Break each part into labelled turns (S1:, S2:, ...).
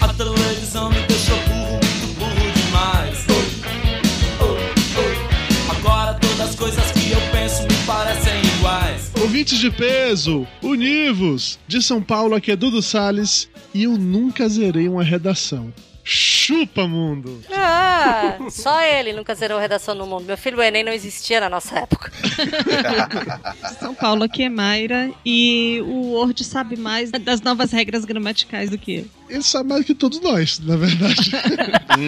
S1: A televisão me deixou burro, muito burro demais. Oh, oh, oh. Agora todas as coisas que eu penso me parecem iguais.
S2: Ouvintes de peso, univos! De São Paulo, aqui é Dudu Salles e eu nunca zerei uma redação. Chupa, mundo!
S3: Ah, só ele nunca zerou redação no mundo. Meu filho o Enem não existia na nossa época.
S4: São Paulo, aqui é Mayra e o Word sabe mais das novas regras gramaticais do que eu.
S2: Ele sabe é mais que todos nós, na verdade.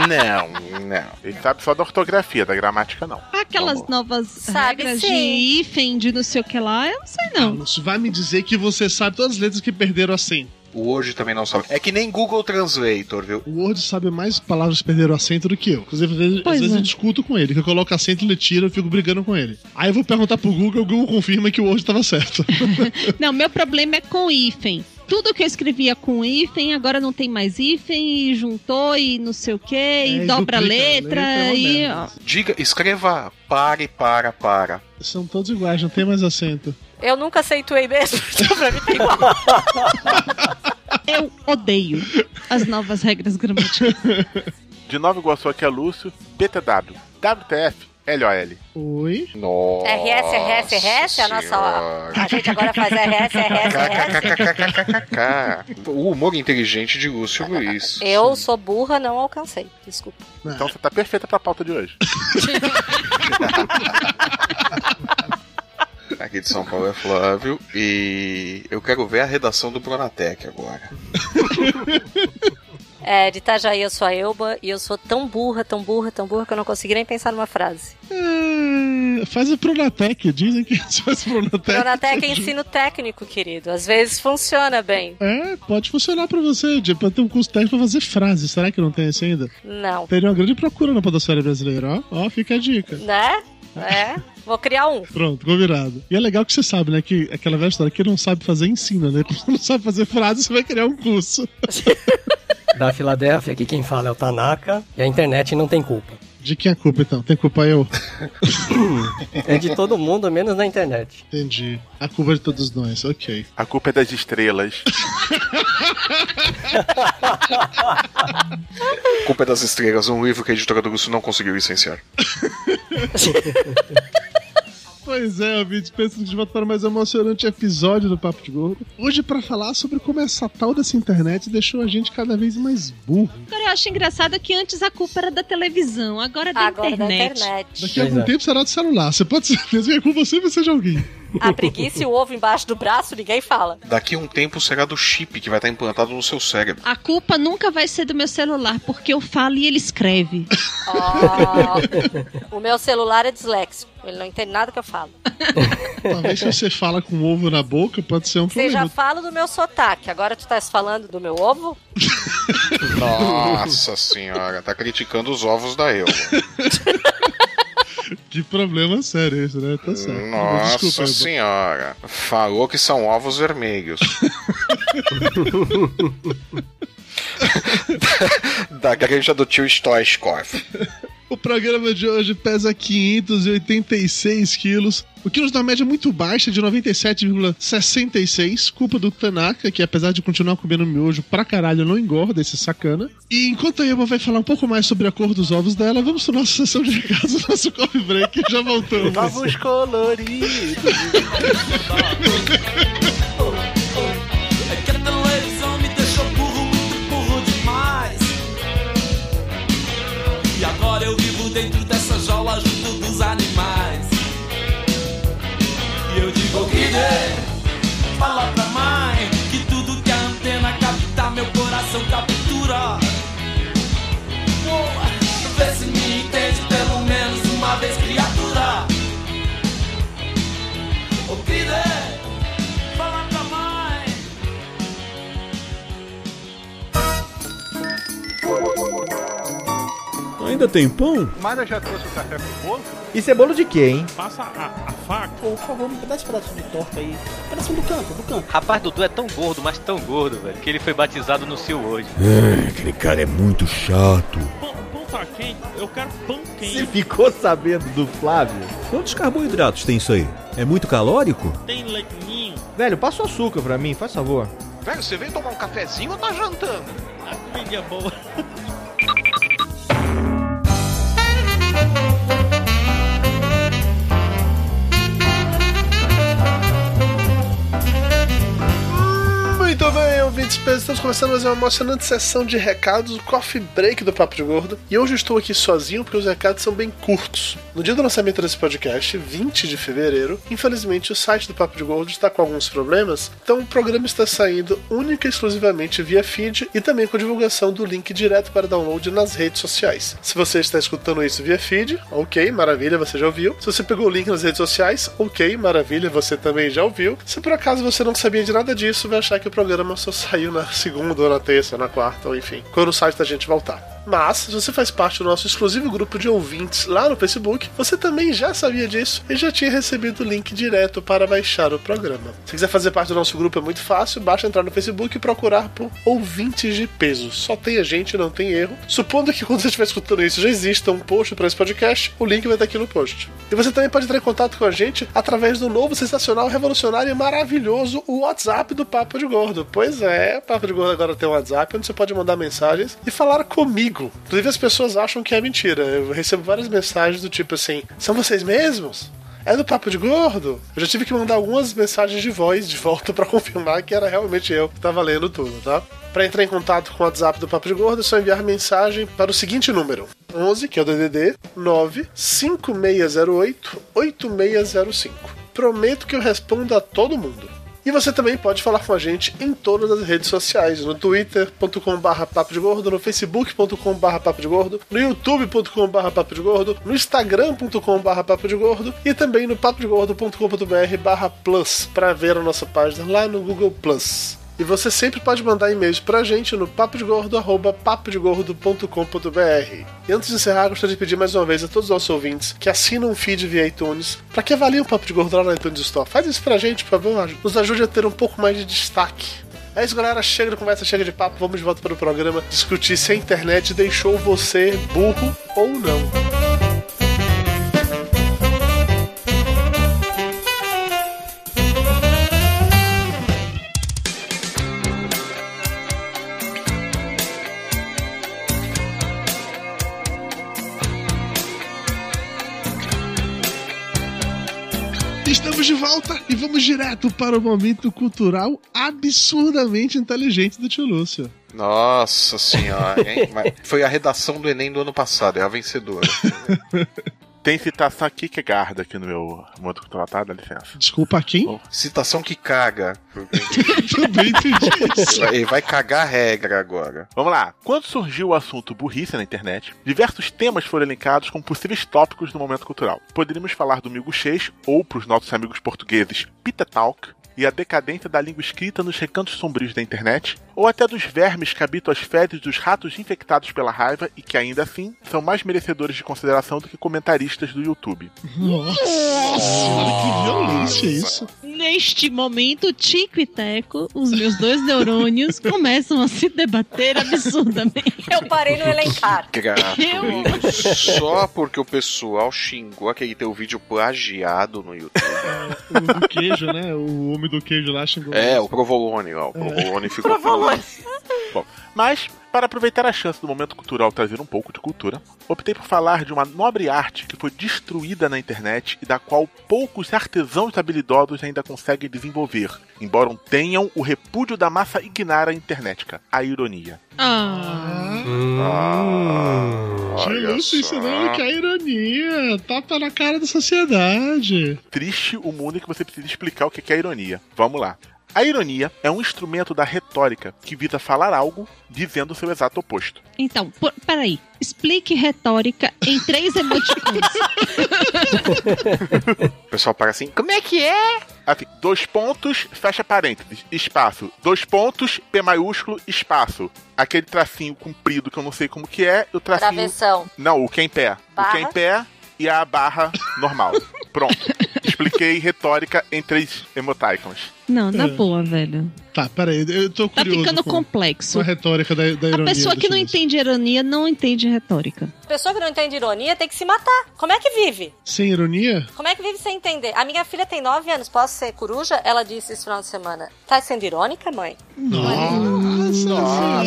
S5: Não, não. Ele sabe só da ortografia, da gramática, não.
S4: Aquelas
S5: Vamos.
S4: novas
S3: Sabe
S4: regras
S3: sim.
S4: de hífen, de não sei o que lá, eu não sei não.
S2: Você vai me dizer que você sabe todas as letras que perderam acento.
S6: O Word também não sabe. É que nem Google Translator, viu?
S2: O Word sabe mais palavras que perderam acento do que eu. Inclusive, às vezes, às
S4: Pois
S2: vezes
S4: é.
S2: eu discuto com ele, que eu coloco acento, ele tira, eu fico brigando com ele. Aí eu vou perguntar pro Google, o Google confirma que o Word tava certo.
S4: Não, meu problema é com hífen. Tudo que eu escrevia com hífen, agora não tem mais hífen, e juntou e não sei o que,
S2: É,
S4: e
S2: e
S4: dobra
S2: duplica
S4: a
S2: a
S4: letra,
S2: letra, é uma
S4: e.
S2: merda.
S6: Diga, escreva pare, para, para.
S2: São todos iguais, não tem mais acento.
S3: Eu nunca aceituei mesmo, então pra mim tá igual.
S4: Eu odeio as novas regras gramaticais.
S5: De Nova Iguaçu aqui é Lúcio, BTW, WTF, LOL.
S2: Oi?
S6: Nossa.
S3: RS, RS, RS, a nossa. ó. A gente agora faz RS, RS, RS.
S6: KKKKKKK. O humor inteligente de Lúcio Luiz.
S3: Eu sou burra, não alcancei. Desculpa.
S7: É.
S5: Então você tá perfeita pra pauta de hoje.
S6: Aqui de São Paulo é Flávio. E eu quero ver a redação do Pronatec agora.
S3: É, de Itajaí eu sou a Elba e eu sou tão burra, tão burra, tão burra que eu não consegui nem pensar numa frase.
S2: É, faz o Pronatec, dizem que faz o Pronatec.
S3: Pronatec é ensino técnico, querido. Às vezes funciona bem.
S2: É, pode funcionar pra você, tipo, tem um curso técnico pra fazer frases, será que não tem isso ainda?
S3: Não.
S2: Teria uma grande procura na podosfera brasileira, ó, ó, fica a dica.
S3: Né? É. Vou criar um.
S2: Pronto, combinado. E é legal que você sabe, né, que aquela velha história, quem não sabe fazer, ensina, né? Quem não sabe fazer frases, você vai criar um curso.
S7: da Filadélfia, aqui quem fala é o Tanaka, e a internet não tem culpa.
S2: De quem é a culpa, então? Tem culpa eu?
S7: É de todo mundo, menos da internet.
S2: Entendi. A culpa é de todos nós, ok.
S5: A culpa é das estrelas.
S6: Culpa é das Estrelas, um livro que a editora do Lúcio não conseguiu licenciar.
S2: Pois é, ouvintes, pensando de volta para o mais emocionante episódio do Papo de Gordo. Hoje pra falar sobre como essa tal dessa internet deixou a gente cada vez mais burro.
S4: Agora eu acho engraçado que antes a culpa era da televisão, agora é da
S3: Agora da
S4: internet.
S3: internet.
S2: Daqui a
S7: Pois
S2: algum
S7: é.
S2: tempo será do celular, você pode ser certeza que a culpa sempre seja alguém.
S3: A preguiça e o ovo embaixo do braço, ninguém fala.
S6: Daqui a um tempo será do chip que vai estar implantado no seu cérebro.
S4: A culpa nunca vai ser do meu celular, porque eu falo e ele escreve.
S3: Ó, o meu celular é disléxico. Ele não entende nada que eu falo.
S2: Talvez se você fala com um ovo na boca, pode ser um
S3: Você
S2: problema.
S3: já fala do meu sotaque. Agora tu tá falando do meu ovo?
S6: Nossa senhora, tá criticando os ovos da eu.
S2: Que problema sério esse, né? Tá certo.
S6: Nossa
S2: Desculpa, Elba.
S6: senhora, falou que são ovos vermelhos. da igreja do tio Stoichkov.
S2: O programa de hoje pesa 586 quilos. O quilos da média muito baixa, de 97,66. Culpa do Tanaka, que apesar de continuar comendo miojo pra caralho, não engorda esse sacana. E enquanto a Eva vai falar um pouco mais sobre a cor dos ovos dela, vamos para nossa sessão de recados, nosso coffee break e já voltamos.
S5: Tá
S7: Novos coloridos.
S1: É que a televisão me deixou burro, muito burro demais. E agora eu vivo dentro dessa jaula junto dos animais. E eu digo, Kid, fala pra mãe que tudo que a antena captar, meu coração captura. Boa, Vê se me entende pelo menos uma vez, criatura. Ô, Kid, fala pra mãe.
S8: ainda tem pão?
S5: Mara já trouxe o café pro bolo?
S9: Isso é bolo de quê, hein?
S1: Passa a, a faca. Pô, por favor, me dá esse pedaço de torta aí. Pedaço do canto, do canto.
S10: Rapaz, Dudu é tão gordo, mas tão gordo, velho, que ele foi batizado no Sil hoje.
S11: É, aquele cara é muito chato.
S1: Pão, pão tá quente? Eu quero pão quente.
S9: Você ficou sabendo do Flávio?
S8: Quantos carboidratos tem isso aí? É muito calórico?
S1: Tem leitinho.
S9: Velho, passa o açúcar pra mim, faz favor.
S12: Velho, você veio tomar um cafezinho ou tá jantando?
S1: A comida é boa.
S2: Muito bem, ouvintes, estamos começando mais uma emocionante sessão de recados, o coffee break do Papo de Gordo. E hoje eu estou aqui sozinho porque os recados são bem curtos. No dia do lançamento desse podcast, 20 de fevereiro, infelizmente o site do Papo de Gordo está com alguns problemas, então o programa está saindo única e exclusivamente via feed e também com divulgação do link direto para download nas redes sociais. Se você está escutando isso via feed, ok, maravilha, você já ouviu. Se você pegou o link nas redes sociais, ok, maravilha, você também já ouviu. Se por acaso você não sabia de nada disso, vai achar que o programa programa só saiu na segunda, ou na terça, ou na quarta, ou enfim, quando o site da gente voltar. Mas, se você faz parte do nosso exclusivo grupo de ouvintes lá no Facebook, você também já sabia disso e já tinha recebido o link direto para baixar o programa. Se quiser fazer parte do nosso grupo é muito fácil, basta entrar no Facebook e procurar por ouvintes de peso. Só tem a gente, não tem erro. Supondo que quando você estiver escutando isso já exista um post para esse podcast, o link vai estar aqui no post. E você também pode entrar em contato com a gente através do novo, sensacional, revolucionário e maravilhoso o WhatsApp do Papo de Gordo. Pois é, Papo de Gordo agora tem um WhatsApp onde você pode mandar mensagens e falar comigo. Inclusive as pessoas acham que é mentira. Eu recebo várias mensagens do tipo assim: são vocês mesmos? É do Papo de Gordo? Eu já tive que mandar algumas mensagens de voz de volta para confirmar que era realmente eu que estava lendo tudo, tá? Para entrar em contato com o WhatsApp do Papo de Gordo, é só enviar mensagem para o seguinte número: 11, que é o DDD, 95608-8605. Prometo que eu respondo a todo mundo. E você também pode falar com a gente em todas as redes sociais, no twitter.com barra papo de gordo, no facebook.com barra papo de gordo, no youtube.com barra papo de gordo, no instagram.com barra papo de gordo e também no papodegordo.com.br barra plus, para ver a nossa página lá no Google Plus. E você sempre pode mandar e-mails pra gente no papodegordo.papodegordo.com.br. E antes de encerrar, gostaria de pedir mais uma vez a todos os nossos ouvintes que assinam um feed via iTunes para que avaliem o Papo de Gordo lá na iTunes Store. Faz isso pra gente, por favor, nos ajude a ter um pouco mais de destaque. É isso, galera. Chega de conversa, chega de papo. Vamos de volta para o programa discutir se a internet deixou você burro ou não.
S7: Estamos de volta e vamos direto para o momento cultural absurdamente inteligente do tio Lúcio.
S6: Nossa senhora, hein? Mas Foi a redação do Enem do ano passado, é a vencedora.
S5: Tem citação aqui que guarda aqui no meu modo contratado, dá licença.
S7: Desculpa quem?
S6: Citação que caga.
S7: Também entendi
S6: Ele vai- Ele vai cagar a regra agora.
S5: Vamos lá. Quando surgiu o assunto burrice na internet, diversos temas foram elencados como possíveis tópicos do momento cultural. Poderíamos falar do miguxês, ou, para os nossos amigos portugueses, pita talk, e a decadência da língua escrita nos recantos sombrios da internet, ou até dos vermes que habitam as fezes dos ratos infectados pela raiva e que, ainda assim, são mais merecedores de consideração do que comentaristas do YouTube.
S7: Nossa, que violência isso.
S4: Neste momento, Tico e Teco, os meus dois neurônios, começam a se debater absurdamente.
S3: Eu parei no elencar.
S6: Gratuito. Só porque o pessoal xingou aquele teu vídeo plagiado no YouTube.
S7: É, O do queijo, né? O homem do queijo lá chegou.
S6: É, o Provolone, ó. O Provolone ficou.
S5: Provolone. Bom, mas, para aproveitar a chance do momento cultural trazer um pouco de cultura, optei por falar de uma nobre arte que foi destruída na internet e da qual poucos artesãos habilidosos ainda conseguem desenvolver, embora tenham o repúdio da massa ignara internetica, a ironia.
S4: Ah.
S7: Hum, Tio
S5: olha
S7: Lúcio
S5: só.
S7: ensinando né? que é a ironia tapa na cara da sociedade.
S5: Triste o mundo em que você precisa explicar o que é ironia. Vamos lá. A ironia é um instrumento da retórica que visa falar algo dizendo seu exato oposto.
S4: Então, por, peraí. Explique retórica em três emoticons.
S5: O pessoal paga assim. Como é que é? Assim, dois pontos, fecha parênteses, espaço. Dois pontos, P maiúsculo, espaço. Aquele tracinho comprido que eu não sei como que é, e o tracinho.
S3: Travessão.
S5: Não, o que é em pé. O
S3: Barra.
S5: que é em pé e a barra normal. Pronto. Expliquei retórica em três emoticons.
S4: Não, na
S2: É.
S4: boa, velho.
S2: Tá, peraí, eu tô
S4: Tá
S2: curioso.
S4: ficando
S2: com-
S4: complexo.
S2: Com a retórica da, da
S4: A
S2: ironia.
S4: pessoa que
S2: desse
S4: não
S2: negócio.
S4: entende ironia não entende retórica.
S3: Pessoa que não entende ironia tem que se matar. Como é que vive?
S2: Sem ironia?
S3: Como é que vive sem entender? A minha filha tem 9 anos, posso ser coruja? Ela disse esse final de semana. Tá sendo irônica, mãe?
S6: Nossa,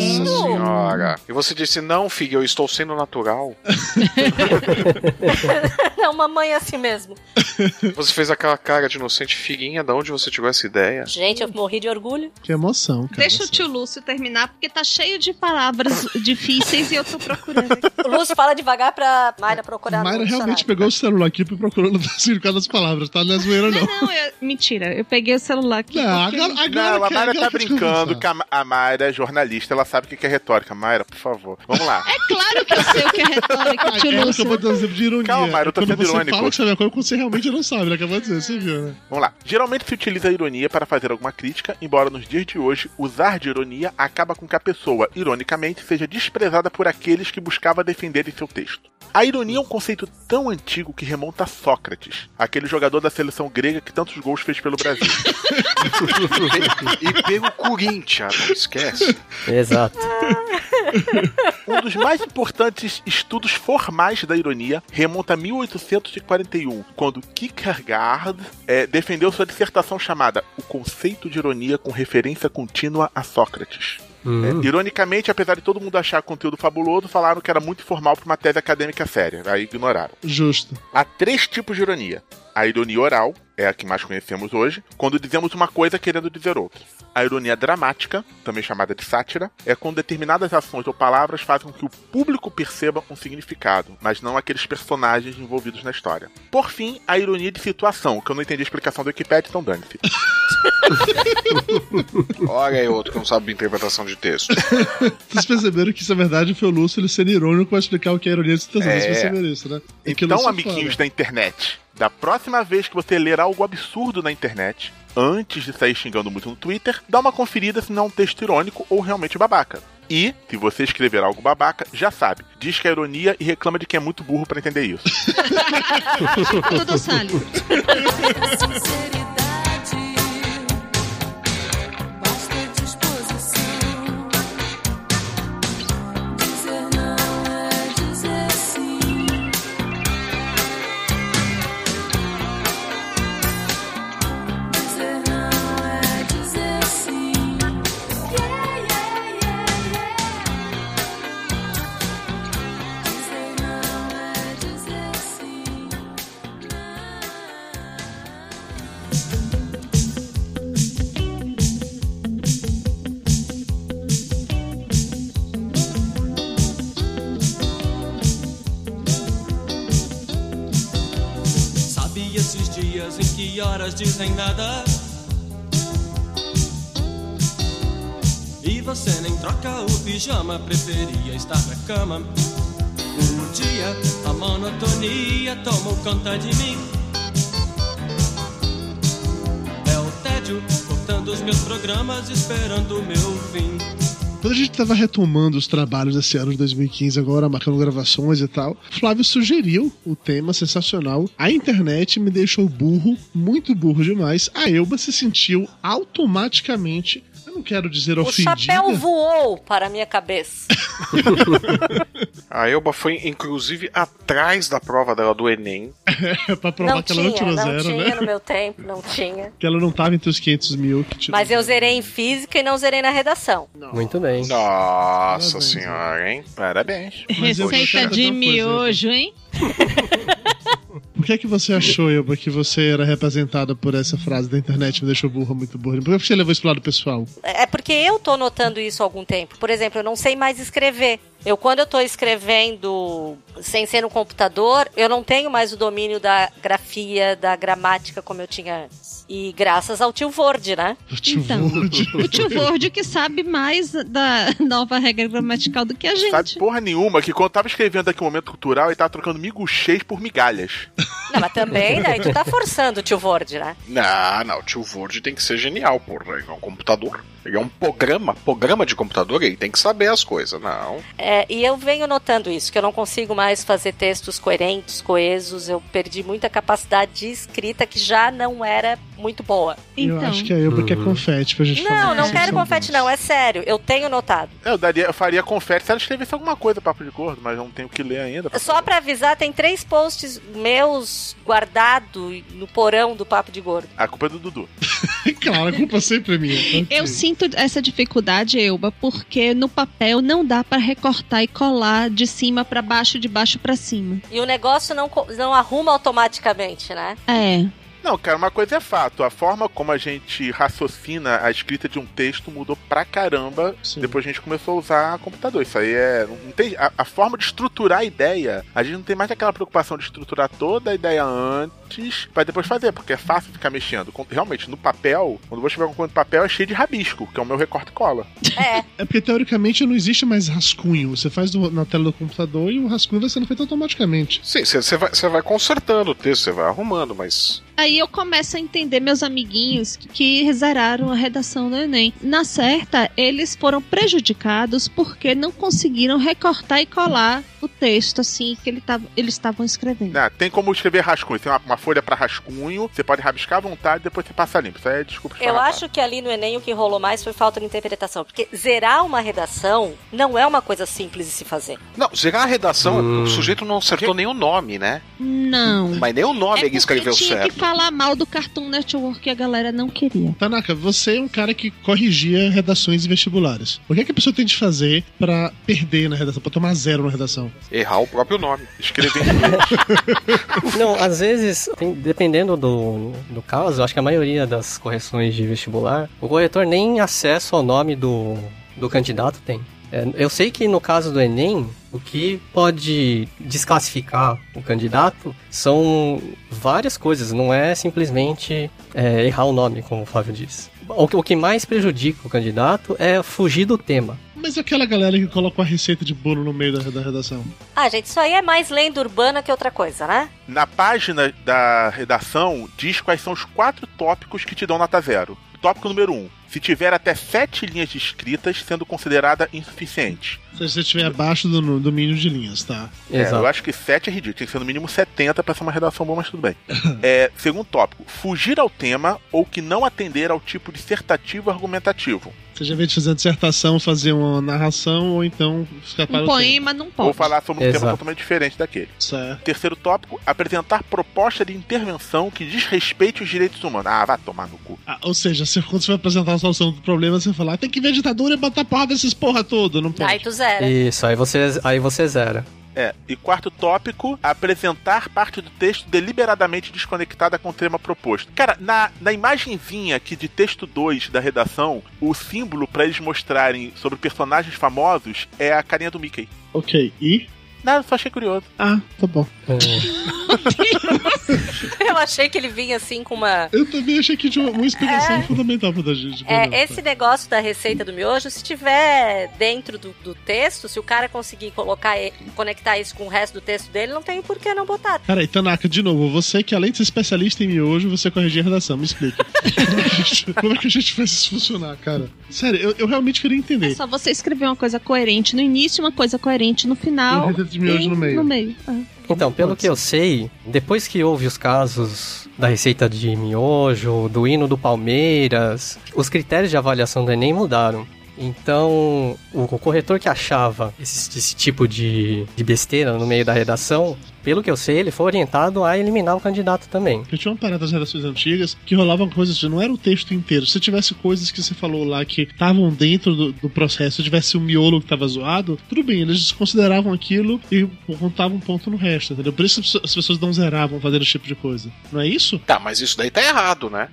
S3: Senhora.
S6: senhora. E você disse, não, filho, eu estou sendo natural.
S3: não, mamãe é assim mesmo.
S6: Você fez aquela cara de inocente figuinha, da onde você tirou essa ideia?
S3: Gente, eu morri de orgulho.
S2: Que emoção.
S4: Deixa o tio Lúcio terminar, porque tá cheio de palavras difíceis e eu tô procurando.
S3: O Lúcio fala devagar pra Mayra procurar
S2: Mayra
S3: no
S2: realmente
S3: dicionário.
S2: pegou o celular aqui e procurou no significado das palavras, tá? Não é zoeira, não.
S4: Ah, Não, eu- mentira, eu peguei o celular aqui.
S2: Não,
S4: porque-
S2: agora-
S5: Não, a Mayra tá brincando que a, Ma- a Mayra é jornalista, ela sabe o que que é retórica. Mayra, por favor. Vamos lá.
S4: É claro que eu sei o que é retórica, tio
S2: Ela
S4: Lúcio.
S2: acabou de dar um exemplo de ironia.
S5: Calma, Mayra, eu tô
S2: Quando
S5: sendo
S2: você
S5: irônico.
S2: fala que sabe a coisa, quando você realmente não sabe, ela acabou de dizer, você viu, né?
S5: Vamos lá. Geralmente se utiliza a ironia para fazer alguma crítica, embora nos dias de hoje usar de ironia acaba com que a pessoa, ironicamente, seja desprezada por aqueles que buscava defender em seu texto. A ironia é um conceito tão antigo que remonta a Sócrates, aquele jogador da seleção grega que tantos gols fez pelo Brasil.
S6: e pelo Corinthians, ah, não esquece.
S7: Exato.
S5: Um dos mais importantes estudos formais da ironia remonta a 1841, quando Kierkegaard eh, defendeu sua dissertação chamada O Conceito de Ironia com Referência Contínua a Sócrates.
S7: Hum.
S5: É, ironicamente, apesar de todo mundo achar o conteúdo fabuloso, falaram que era muito informal para uma tese acadêmica séria, aí ignoraram.
S2: Justo.
S5: Há três tipos de ironia. A ironia oral, é a que mais conhecemos hoje, quando dizemos uma coisa querendo dizer outra. A ironia dramática, também chamada de sátira, é quando determinadas ações ou palavras fazem com que o público perceba um significado, mas não aqueles personagens envolvidos na história. Por fim, a ironia de situação, que eu não entendi a explicação do Wikipedia, então dane-se.
S6: Olha aí outro que não sabe de interpretação de texto.
S2: Vocês perceberam que, isso, na verdade, foi o Lúcio ele sendo irônico pra explicar o que é ironia de situação.
S5: É.
S2: Vocês perceberam isso, né? É que o
S5: Então,
S2: Lúcio
S5: amiguinhos
S2: fala.
S5: da internet, da próxima vez que você ler algo absurdo na internet, antes de sair xingando muito no Twitter, dá uma conferida se não é um texto irônico ou realmente babaca. E, se você escrever algo babaca, já sabe, diz que é ironia e reclama de que é muito burro pra entender isso.
S4: Dudu Salles.
S1: Sabe esses dias em que horas dizem nada? E você nem troca o pijama, preferia estar na cama. Um dia a monotonia tomou conta de mim. É o tédio cortando os meus programas, esperando o meu fim.
S2: Quando a gente tava retomando os trabalhos desse ano de 2015, agora marcando gravações e tal, Flávio sugeriu o tema sensacional. A internet me deixou burro, muito burro demais. A Elba se sentiu automaticamente, eu não quero dizer
S3: O
S2: ofendida.
S3: chapéu voou para a minha cabeça.
S6: A Elba foi, inclusive, atrás da prova dela do Enem.
S2: pra provar
S3: Não
S2: que ela
S3: tinha,
S2: não tirou
S3: não
S2: zero,
S3: tinha
S2: né?
S3: no meu tempo, não tinha.
S2: Que ela não tava entre os 500 mil que tirou.
S3: Mas eu zerei em física e não zerei na redação.
S7: Muito bem.
S6: Nossa senhora, hein? Parabéns.
S4: Receita de miojo, hein?
S2: O que é que você achou, Elba, que você era representada por essa frase da internet me deixou burro, muito burro? Por que você levou isso pro lado pessoal?
S3: É porque eu tô notando isso há algum tempo. Por exemplo, eu não sei mais escrever. Eu, quando eu tô escrevendo sem ser no computador, eu não tenho mais o domínio da grafia, da gramática como eu tinha antes. E graças ao tio Word, né?
S4: Então, o tio Word que sabe mais da nova regra gramatical do que a gente.
S5: Sabe porra nenhuma que quando eu tava escrevendo aqui o momento cultural, ele tava trocando miguxês por migalhas.
S3: Não, mas também, né? Tu tá forçando o tio Word, né?
S6: Não, não, o tio Word tem que ser genial, porra. Ele é um computador. Ele é um programa, programa de computador, ele tem que saber as coisas, não.
S3: É, e eu venho notando isso, que eu não consigo mais fazer textos coerentes, coesos. Eu perdi muita capacidade de escrita que já não era muito boa.
S4: Então.
S2: Eu acho que é eu porque é confete pra gente falar.
S3: Não, não
S2: Vocês
S3: quero
S2: são
S3: confete, não. É sério. Eu tenho notado.
S5: É, Eu, daria, eu faria confete se ela escrevesse alguma coisa, papo de gordo, mas eu não tenho o que ler ainda.
S3: Só pra avisar, tem três posts meus guardados no porão do Papo de Gordo.
S5: A culpa é do Dudu.
S2: claro, a culpa sempre é minha.
S4: Eu sinto essa dificuldade, Elba, porque no papel não dá pra recortar e colar de cima pra baixo, de baixo pra cima.
S3: E o negócio não, co- não arruma automaticamente, né?
S4: É.
S5: Não, cara, uma coisa é fato. A forma como a gente raciocina a escrita de um texto mudou pra caramba depois a gente começou a usar computador. Isso aí é. Não tem, a, a forma de estruturar a ideia, a gente não tem mais aquela preocupação de estruturar toda a ideia antes pra depois fazer, porque é fácil ficar mexendo. Com- Realmente, no papel, quando você tiver alguma coisa no papel, é cheio de rabisco, que é o meu recorte e cola.
S2: É porque teoricamente não existe mais rascunho. Você faz do- na tela do computador e o rascunho vai sendo feito automaticamente.
S6: Sim, você vai, cê vai consertando o texto, você vai arrumando, mas.
S4: Aí eu começo a entender meus amiguinhos que zeraram a redação do Enem. Na certa, eles foram prejudicados porque não conseguiram recortar e colar o texto assim que ele tava- eles estavam escrevendo.
S5: Ah, tem como escrever rascunho. Tem uma, uma folha pra rascunho, você pode rabiscar à vontade depois você passa limpo. Isso aí é desculpa
S3: Eu
S5: esfarrapada.
S3: acho que ali no Enem o que rolou mais foi falta de interpretação. Porque zerar uma redação não é uma coisa simples de se fazer.
S6: Não, zerar a redação, o sujeito não acertou nem o nome, né?
S4: Não. É
S6: Mas nem o nome ele escreveu
S4: Tinha
S6: certo.
S4: que falar mal do Cartoon Network que a galera não queria.
S2: Tanaka, você é um cara que corrigia redações e vestibulares. O que é que a pessoa tem de fazer pra perder na redação, pra tomar zero na redação?
S6: Errar o próprio nome. Escrever.
S7: Não, às vezes, tem- dependendo do, do caso, acho que a maioria das correções de vestibular, o corretor nem acesso ao nome do, do candidato tem. É, eu sei que no caso do Enem, o que pode desclassificar o candidato são várias coisas, não é simplesmente é, errar o nome, como o Flávio disse. O, que- o que mais prejudica o candidato é fugir do tema.
S2: Mas aquela galera que colocou a receita de bolo no meio da, da redação.
S3: Ah, gente, isso aí é mais lenda urbana que outra coisa, né?
S5: Na página da redação diz quais são os quatro tópicos que te dão nota zero. Tópico número um: se tiver até sete linhas escritas, sendo considerada insuficiente.
S2: Se você estiver abaixo do, do mínimo de linhas, tá?
S5: É, eu acho que 7 é ridículo, tem que ser no mínimo 70 pra ser uma redação boa, mas tudo bem. É, segundo tópico, fugir ao tema ou que não atender ao tipo dissertativo argumentativo.
S2: Você já veio de fazer uma dissertação, fazer uma narração, ou então ficar para
S4: Um
S2: o tempo.
S4: poema não pode.
S5: Vou falar sobre um tema
S2: Exato.
S5: totalmente diferente daquele. Terceiro tópico, apresentar proposta de intervenção que desrespeite os direitos humanos. Ah, vai tomar no cu.
S2: Ah, ou seja, se, quando você vai apresentar a solução do problema, você vai falar, "Ah, tem que ver ditadura e botar porra desses porra todo, não pode.
S3: Aí tu zera.
S7: Isso, aí você, aí você zera.
S5: É, e quarto tópico, apresentar parte do texto deliberadamente desconectada com o tema proposto. Cara, na, na imagenzinha aqui de texto 2 da redação, o símbolo pra eles mostrarem sobre personagens famosos é a carinha do Mickey.
S2: Ok, e?
S5: Nada, só achei curioso.
S2: Ah, tá bom.
S3: Eu achei que ele vinha assim com uma.
S2: Eu também achei que tinha uma explicação fundamental pra gente.
S3: É,
S2: Não,
S3: esse negócio da receita do miojo, se tiver dentro do, do texto, se o cara conseguir colocar, e- conectar isso com o resto do texto dele, não tem por que não botar.
S2: Peraí, Tanaka, de novo, você que é além de ser especialista em miojo, você corrigia a redação, me explica. como, é que a gente, como é que a gente faz isso funcionar, cara? Sério, eu, eu realmente queria
S4: É
S2: entender.
S4: só você escrever uma coisa coerente no início, uma coisa coerente no final.
S2: E receita de miojo
S4: e
S2: no meio.
S4: No meio. é.
S7: Então, pelo que eu sei, depois que houve os casos da receita de miojo, do hino do Palmeiras, os critérios de avaliação do Enem mudaram. Então, o o corretor que achava esse, esse tipo de, de besteira no meio da redação, pelo que eu sei, ele foi orientado a eliminar o candidato também.
S2: Eu tinha uma parada das redações antigas que rolavam coisas, não era o texto inteiro. Se tivesse coisas que você falou lá que estavam dentro do, do processo, se tivesse o miolo que tava zoado, tudo bem, eles desconsideravam aquilo e contavam um ponto no resto, entendeu? Por isso as pessoas não zeravam fazendo esse tipo de coisa. Não é isso?
S6: Tá, mas isso daí tá errado, né?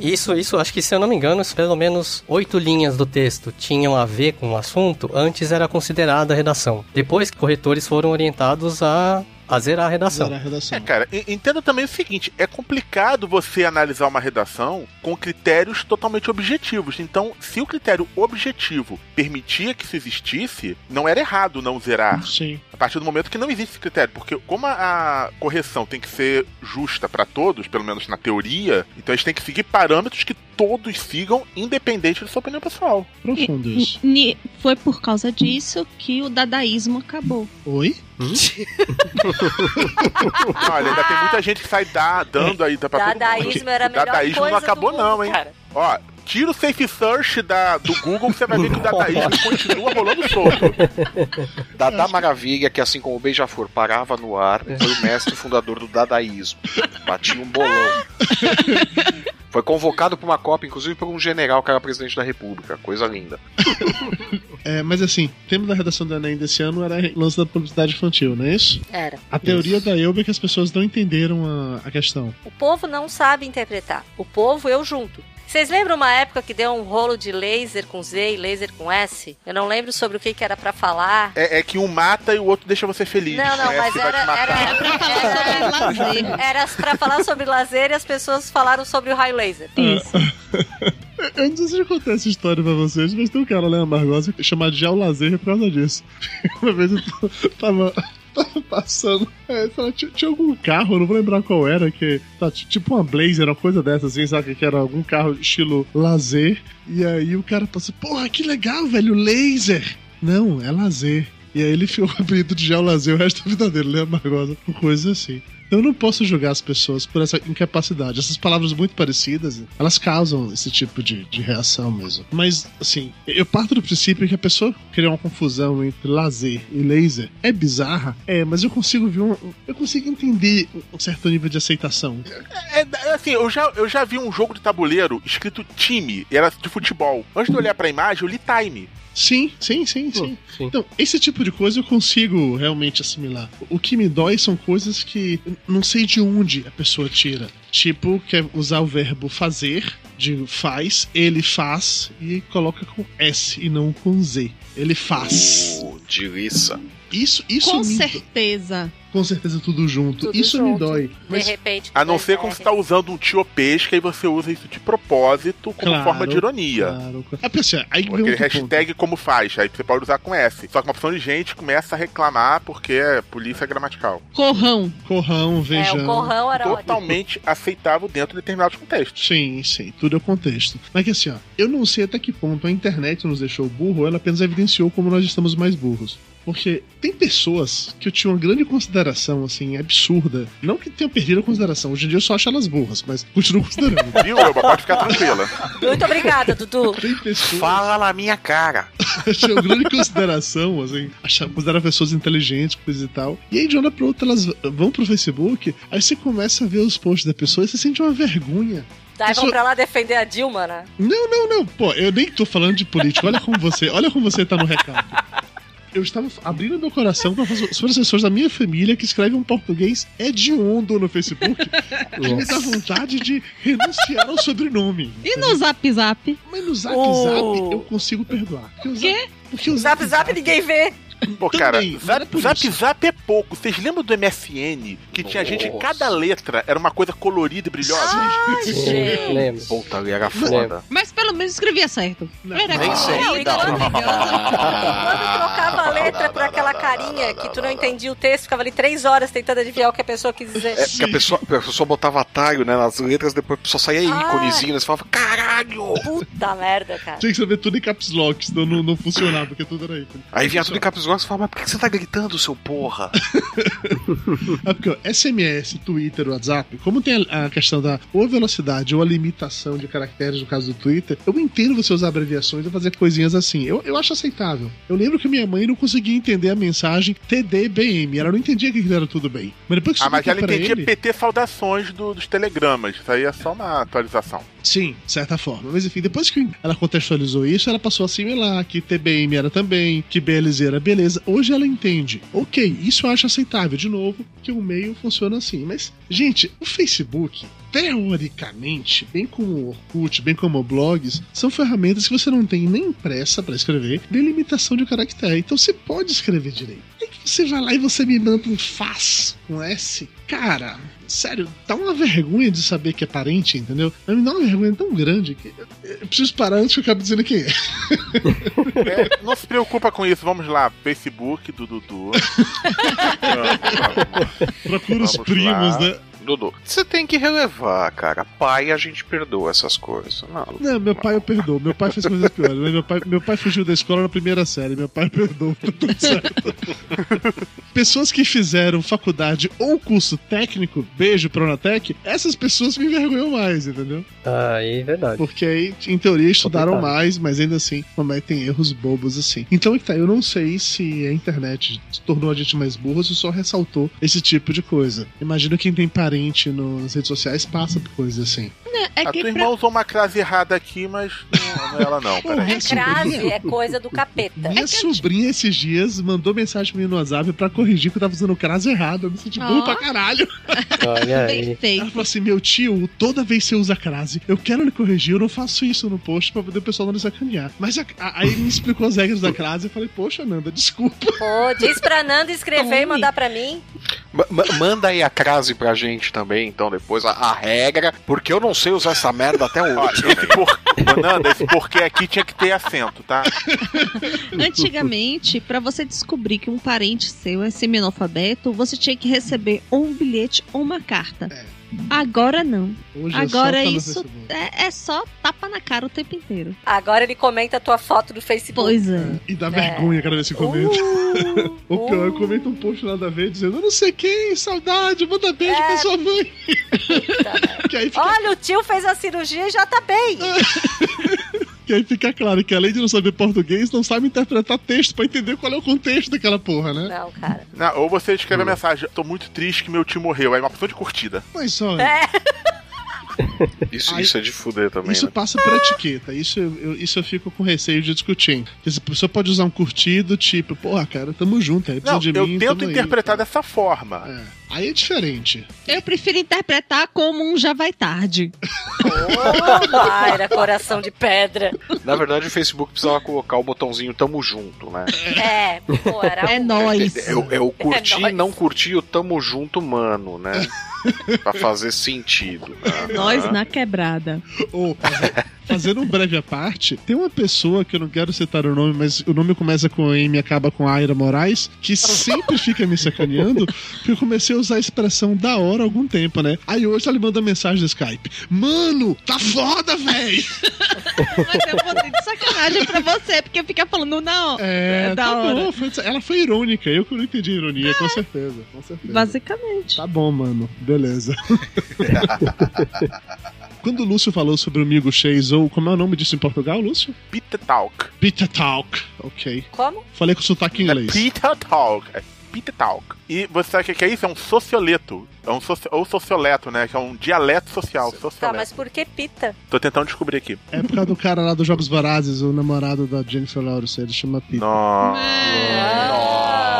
S7: Isso, isso, acho que se eu não me engano, pelo menos oito linhas do texto tinham a ver com o assunto, antes era considerada redação. Depois, corretores foram orientados a a zerar a redação.
S5: É, cara, e- entenda também o seguinte: é complicado você analisar uma redação com critérios totalmente objetivos. Então, se o critério objetivo permitia que isso existisse, não era errado não zerar.
S2: Sim.
S5: A partir do momento que não existe esse critério, porque como a, a correção tem que ser justa para todos, pelo menos na teoria, então a gente tem que seguir parâmetros que todos sigam, independente da sua opinião pessoal.
S2: Profundo isso.
S4: Ni- Foi por causa disso que o dadaísmo acabou.
S2: Oi?
S3: Ah.
S5: Olha, ainda tem muita gente que sai dá- dando aí tá pra todo mundo.
S3: Dadaísmo era a melhor
S5: Dadaísmo
S3: coisa
S5: não
S3: do
S5: acabou,
S3: mundo,
S5: não, hein?
S3: cara.
S5: Ó, tira o safe search da, do Google, você vai ver que o dadaísmo continua rolando solto.
S6: Dada Maravilha, que assim como o Beija-Flor parava no ar,
S2: É.
S6: foi o mestre fundador do dadaísmo. Batia um bolão. Foi convocado para uma Copa, inclusive por um general que era presidente da República. Coisa linda.
S2: É, mas assim, o tema da redação do Enem desse ano era o lance da publicidade infantil, não é isso?
S3: Era.
S2: A teoria da Elba é que as pessoas não entenderam a, a questão.
S3: O povo não sabe interpretar. O povo, eu junto. Vocês lembram uma época que deu um rolo de laser com Z e laser com S? Eu não lembro sobre o que, que era pra falar.
S5: É, é que um mata e o outro deixa você feliz.
S3: Não, não,
S5: né?
S3: mas
S5: Você vai
S3: era-
S5: te matar.
S3: É. tá Era pra falar sobre lazer e as pessoas falaram sobre o raio laser.
S5: Hum.
S2: Eu não sei se eu já contei essa história pra vocês, mas tem um cara lá em Amargosa chamado Gel Lazer por causa disso. Uma vez eu t- tava, tava passando, é, sei lá, tinha, tinha algum carro, eu não vou lembrar qual era, que tá, t- tipo uma Blazer, uma coisa dessa, assim, sabe? Que era algum carro estilo lazer. E aí o cara passou, porra, que legal, velho, laser! Não, é lazer. E aí ele ficou o apelido de Gel Lazer o resto da vida dele, né, Amargosa? Coisa assim. Eu não posso julgar as pessoas por essa incapacidade. Essas palavras muito parecidas, elas causam esse tipo de, de reação mesmo. Mas, assim, eu parto do princípio que a pessoa criar uma confusão entre lazer e laser é bizarra. É, mas eu consigo ver um. Eu consigo entender um certo nível de aceitação.
S5: É, é, assim, eu já, eu já vi um jogo de tabuleiro escrito time, e era de futebol. Antes de eu olhar pra imagem, eu li time.
S2: Sim, sim, sim, sim. Então, esse tipo de coisa eu consigo realmente assimilar. O que me dói são coisas que eu não sei de onde a pessoa tira. Tipo, quer usar o verbo fazer, de faz, ele faz, e coloca com S e não com Z. Ele faz.
S6: Uh, delícia.
S2: Isso, isso
S4: Com
S2: me dói.
S4: certeza.
S2: Com certeza tudo junto.
S4: Tudo
S2: isso me
S4: junto.
S2: dói. Mas
S3: repente. né?
S5: A não ser
S3: É.
S5: quando você tá usando um tiopês, que aí você usa isso de propósito como
S2: Claro,
S5: forma de ironia.
S2: Claro. É porque assim, aí vem
S5: Aquele
S2: outro ponto.
S5: hashtag como faz, aí você pode usar com S. Só que uma opção de gente começa a reclamar porque é polícia gramatical.
S4: Corrão. É,
S2: Corrão, vejam.
S5: né? Totalmente aceitável dentro de determinados contextos.
S2: Sim, sim, tudo é o contexto. Mas que assim, ó, eu não sei até que ponto a internet nos deixou burro, ou ela apenas evidenciou como nós estamos mais burros. Porque tem pessoas que eu tinha uma grande consideração, assim, absurda. Não que tenham perdido a consideração, hoje em dia eu só acho elas burras, mas continuo considerando.
S5: Viu, Elba? Pode ficar tranquila.
S3: Muito obrigada, Dudu.
S5: Fala na minha cara.
S2: Achei uma grande consideração, assim, achar, considerar pessoas inteligentes, coisa e tal. E aí, de uma hora pra outra, elas v- vão pro Facebook, aí você começa a ver os posts da pessoa e você sente uma vergonha.
S3: Daí
S2: Isso-
S3: vão pra lá defender a Dilma, né?
S2: Não, não, não. Pô, eu nem tô falando de política. Olha como você, olha como você tá no recado. Eu estava abrindo meu coração para as para as pessoas da minha família que escrevem um português hediondo no Facebook que me dá vontade de renunciar ao sobrenome.
S4: E no Zap Zap?
S2: Mas no Zap Zap eu consigo perdoar. Porque o Zap, porque o
S3: zap, zap ninguém vê.
S5: Pô, cara,
S2: Também,
S5: zap, zap Zap é pouco. Vocês lembram do MSN? Que tinha gente, cada letra era uma coisa colorida e
S2: Ah,
S5: brilhosa.
S3: Ah,
S6: gente. Puta, ali era foda.
S4: Mas pelo menos escrevia certo. Era
S6: Nem sei.
S4: Era
S6: Dá-
S5: Ah,
S3: Trocava a letra pra aquela carinha que tu não entendia o texto, ficava ali três horas tentando adivinhar o que a pessoa quis dizer.
S6: É, porque a pessoa, a pessoa botava atalho né, nas letras, depois só saía
S2: Ah.
S6: íconezinho, né, você falava, caralho!
S3: Puta merda, cara.
S2: Tinha que saber tudo em caps lock, senão não, não funcionava, porque tudo era aí.
S6: Aí vinha tudo em caps lock e falava, mas por que você tá gritando, seu porra?
S2: É porque ó, SMS, Twitter, WhatsApp, como tem a, a questão da ou velocidade ou a limitação de caracteres no caso do Twitter, eu entendo você usar abreviações ou fazer coisinhas assim. Eu, eu acho aceitável. Eu lembro que minha mãe não conseguia entender a mensagem TDBM. Ela não entendia que aquilo era tudo bem. Mas depois que
S5: Ah, mas
S2: expliquei
S5: ela
S2: pra
S5: entendia
S2: ele-
S5: PT saudações do- dos telegramas. Isso aí é só uma atualização.
S2: Sim, de certa forma. Mas enfim, depois que ela contextualizou isso, ela passou a assimilar que TBM era também, que BLZ era beleza. Hoje ela entende. Ok, isso eu acho aceitável. De novo, que o meio funciona assim. Mas, gente, o Facebook, teoricamente, bem como o Orkut, bem como blogs, são ferramentas que você não tem nem pressa pra escrever, nem limitação de caractere. Então você pode escrever direito. Aí que você vai lá e você me manda um faz com S. Cara, sério, dá uma vergonha de saber que é parente, entendeu? Mas me dá uma vergonha tão grande que eu, eu preciso parar antes que eu acabe dizendo quem é.
S5: É, não se preocupa com isso, vamos lá. Facebook do Dudu.
S2: Procura
S5: Vamos, vamos.
S2: os
S5: Vamos
S2: primos,
S5: lá.
S2: né?
S6: Dudu, você tem que relevar, cara. Pai, a gente perdoa essas coisas. Não,
S2: Não, meu pai eu perdoo. Meu pai fez coisas piores. né? Meu pai, meu pai fugiu da escola na primeira série. Meu pai perdoou. Tá tudo certo. Pessoas que fizeram faculdade ou curso técnico, beijo Pronatec, essas pessoas me envergonham mais, entendeu?
S7: Ah, é verdade.
S2: Porque aí, em teoria, estudaram
S7: Complicado.
S2: mais, mas ainda assim cometem erros bobos assim. Então é que tá, eu não sei se a internet tornou a gente mais burro ou se só ressaltou esse tipo de coisa. Imagino quem tem parente no- nas redes sociais passa por coisas assim.
S4: é
S5: a tua irmã usou uma crase errada aqui, mas não, não é ela não, peraí.
S3: É crase, é coisa do capeta.
S2: Minha sobrinha esses dias mandou mensagem pra mim no WhatsApp pra corrigir que eu tava usando o crase errado. Eu me senti burro
S4: Ó.
S2: pra caralho.
S7: Olha aí.
S4: Bem feito.
S2: Ela falou assim: meu tio, toda vez que você usa crase, eu quero ele corrigir, eu não faço isso no post pra poder o pessoal não me sacanear. Mas a- a- aí me explicou as regras da crase eu falei, poxa, Nanda, desculpa.
S3: Pô, diz pra Nanda escrever e mandar pra mim.
S6: Ma- ma- manda aí a crase pra gente também, então, depois, a, a regra, porque eu não sei usar essa merda até hoje.
S5: Esse por... Ô, Nanda, esse porquê aqui tinha que ter acento, tá?
S4: Antigamente, pra você descobrir que um parente seu é semi-analfabeto, você tinha que receber ou um bilhete ou uma carta. Agora não.
S3: Hoje é
S4: Agora
S3: só tá no
S4: isso é, é só tapa na cara o tempo inteiro.
S3: Agora ele comenta a tua foto do Facebook.
S4: Pois é.
S2: E dá vergonha cada
S3: É.
S2: vez que comenta.
S3: Uh!
S2: o pior, eu comento um post nada a ver dizendo, eu não sei quem, saudade, manda beijo pra sua mãe. Que aí fica-
S3: Olha, o tio fez a cirurgia e já tá bem.
S2: E aí fica claro que além de não saber português, não sabe interpretar texto pra entender qual é o contexto daquela porra, né?
S3: Não, cara.
S5: Não, ou você escreve a mensagem, tô muito triste que meu tio morreu. Aí uma opção de curtida.
S2: Mas olha.
S6: Isso, isso é de fuder também.
S2: Isso
S6: né?
S2: passa por etiqueta, isso eu, eu- isso eu fico com receio de discutir. Porque se a pessoa pode usar um curtido, tipo, porra, cara, tamo junto, aí precisa
S5: Não,
S2: de
S5: eu
S2: mim.
S5: tento
S2: tamo aí.
S5: interpretar dessa forma.
S2: Aí é diferente.
S4: Eu prefiro interpretar como um já vai tarde.
S3: Ô, Mayra, coração de pedra.
S6: Na verdade, o Facebook precisava colocar o botãozinho tamo junto, né?
S3: É, pô, era
S4: É
S3: um-
S4: nóis.
S6: É, o- é o
S3: É
S6: curti,
S3: nóis.
S6: não curti, o tamo junto, mano, né? pra fazer sentido. né?
S4: Nós
S6: Ah.
S4: na quebrada.
S2: Ou, fazendo um breve à parte, tem uma pessoa que eu não quero citar o nome, mas o nome começa com M e acaba com Aira Moraes, que sempre fica me sacaneando, que eu comecei a usar a expressão da hora há algum tempo, né? Aí hoje ela me manda mensagem no Skype: Mano, tá foda, véi!
S4: Mas eu botei de sacanagem pra você, porque fica falando não.
S2: É,
S4: da
S2: tá
S4: hora.
S2: bom, foi- ela foi irônica, eu que não entendi a ironia, com certeza, com certeza.
S4: Basicamente.
S2: Tá bom, mano. Beleza. Quando o Lúcio falou sobre o Migo Chase, ou como é o nome disso em Portugal, Lúcio?
S5: Pita Talk.
S2: Pita Talk. Ok.
S3: Como?
S2: Falei com sotaque em inglês.
S5: Pita Talk. É Pita Talk. E você sabe o que que é isso? É um socioleto. É um soci... Ou socioleto, né? Que é um dialeto social.
S3: Tá,
S5: Socioleto.
S3: mas por que pita?
S5: Tô tentando descobrir aqui.
S2: É por causa do cara lá dos Jogos Vorazes, o namorado da Jennifer Lawrence, ele chama Pita. É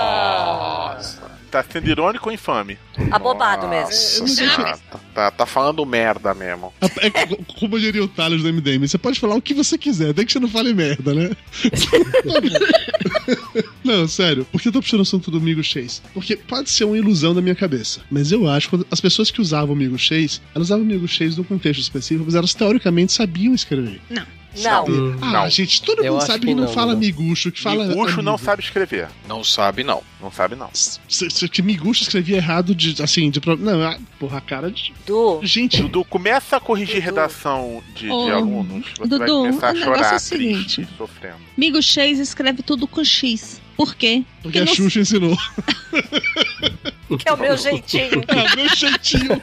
S5: Nossa. Tá sendo irônico ou
S2: É,
S5: infame?
S3: Ah. Abobado mesmo.
S6: Nossa senhora, tá- tá, tá falando merda mesmo.
S2: É, co- como diria o Thales do MDM, você pode falar o que você quiser, desde que você não fale merda, né? não, sério, por que eu tô puxando o assunto do Migo Chase? Porque pode ser uma ilusão da minha cabeça, mas eu acho que as pessoas que usavam o Migo Chase, elas usavam o Migo Chase num contexto específico, mas elas teoricamente sabiam escrever.
S4: Não.
S2: Sabe?
S7: Hum.
S2: Ah,
S6: Não.
S2: gente, todo
S6: Eu
S2: mundo
S6: acho
S2: sabe
S6: que
S2: que, não,
S6: não,
S2: fala
S6: não.
S2: miguxo, que fala.
S5: Miguxo não
S2: amigo.
S5: sabe escrever.
S6: Não sabe, não.
S5: Não sabe, não.
S2: Se- se- Que miguxo escrevia errado de. Assim, de. pro- Não, ah, porra, a cara de.
S3: Du.
S2: Gente.
S5: Dudu, começa a corrigir redação de, de
S4: Ô,
S5: alunos. Você vai
S4: Dudu,
S5: começar a
S4: o
S5: chorar
S4: negócio é o
S5: triste, sofrendo.
S4: Migo X escreve tudo com X. Por quê?
S2: Porque a Xuxa ensinou.
S3: Que é o meu jeitinho.
S2: É o meu jeitinho.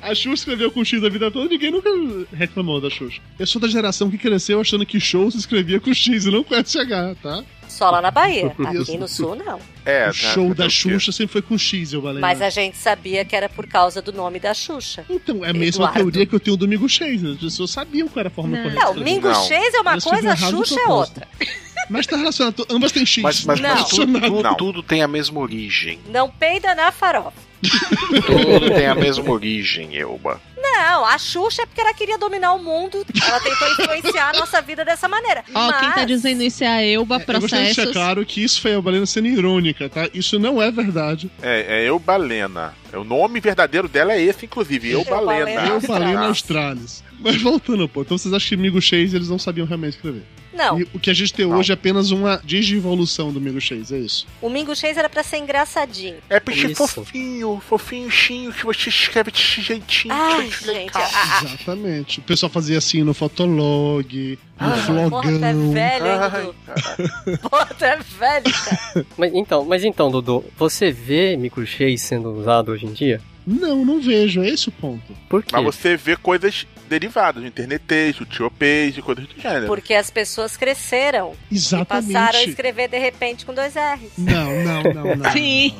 S2: A Xuxa escreveu com X a vida toda, ninguém nunca reclamou da Xuxa. Eu sou da geração que cresceu achando que show se escrevia com X e não com SH, tá?
S3: Só lá na Bahia. Aqui no sul, não.
S6: É,
S2: o show da Xuxa sempre foi com X, eu valeu.
S3: Mas a gente sabia que era por causa do nome da Xuxa.
S2: Então, é a mesma teoria que eu tenho do Mingo Cheis. né? As pessoas sabiam qual era a forma correta.
S3: Não, Mingo Cheis é uma
S2: Elas
S3: coisa,
S2: tiveram errado
S3: Xuxa é
S2: no propósito.
S3: outra.
S2: Mas tá relacionado. Ambas têm X.
S6: Mas, mas,
S3: Não.
S6: mas tudo, tudo-
S3: Não.
S6: tudo tem a mesma origem.
S3: Não peida na farofa.
S6: Tudo tem a mesma origem, Elba.
S3: Não, a Xuxa é porque ela queria dominar o mundo. Ela tentou influenciar a nossa vida dessa maneira.
S4: Ó, quem tá
S3: Mas-
S4: dizendo isso é a Elba,
S2: Eu gostaria de deixar
S4: processos.
S2: É claro que isso foi a Balena sendo irônica, tá? Isso não é verdade.
S5: É, é Eubalena. É, O nome verdadeiro dela é esse, inclusive, Tá. Eubalena.
S2: Eu falei na Australis. Mas voltando, pô. Então vocês acham que Migo Chase eles não sabiam realmente escrever?
S3: Não.
S2: E o que a gente tem hoje é apenas uma digievolução do Migo Chase, é isso?
S3: O Mingo Chase era pra ser engraçadinho.
S5: É porque fofinho, fofinho, xinho, que você escreve desse jeitinho.
S3: Ai, gente, a, a,
S2: Exatamente. O pessoal fazia assim no Fotolog, no
S3: Ah,
S2: Flogão.
S3: porra, tá velho, hein,
S2: Ai,
S3: Dudu? Pô, tu é velho, cara.
S7: Mas então, mas então, Dudu, você vê microchase sendo usado hoje em dia?
S2: Não, não vejo. É esse o ponto.
S7: Por quê?
S5: Mas você vê coisas derivadas, internetejo, tiopejo, coisas do gênero.
S3: Porque as pessoas cresceram.
S2: Exatamente.
S3: E passaram a escrever de repente com dois R's.
S2: Não, não, não, não.
S4: Sim.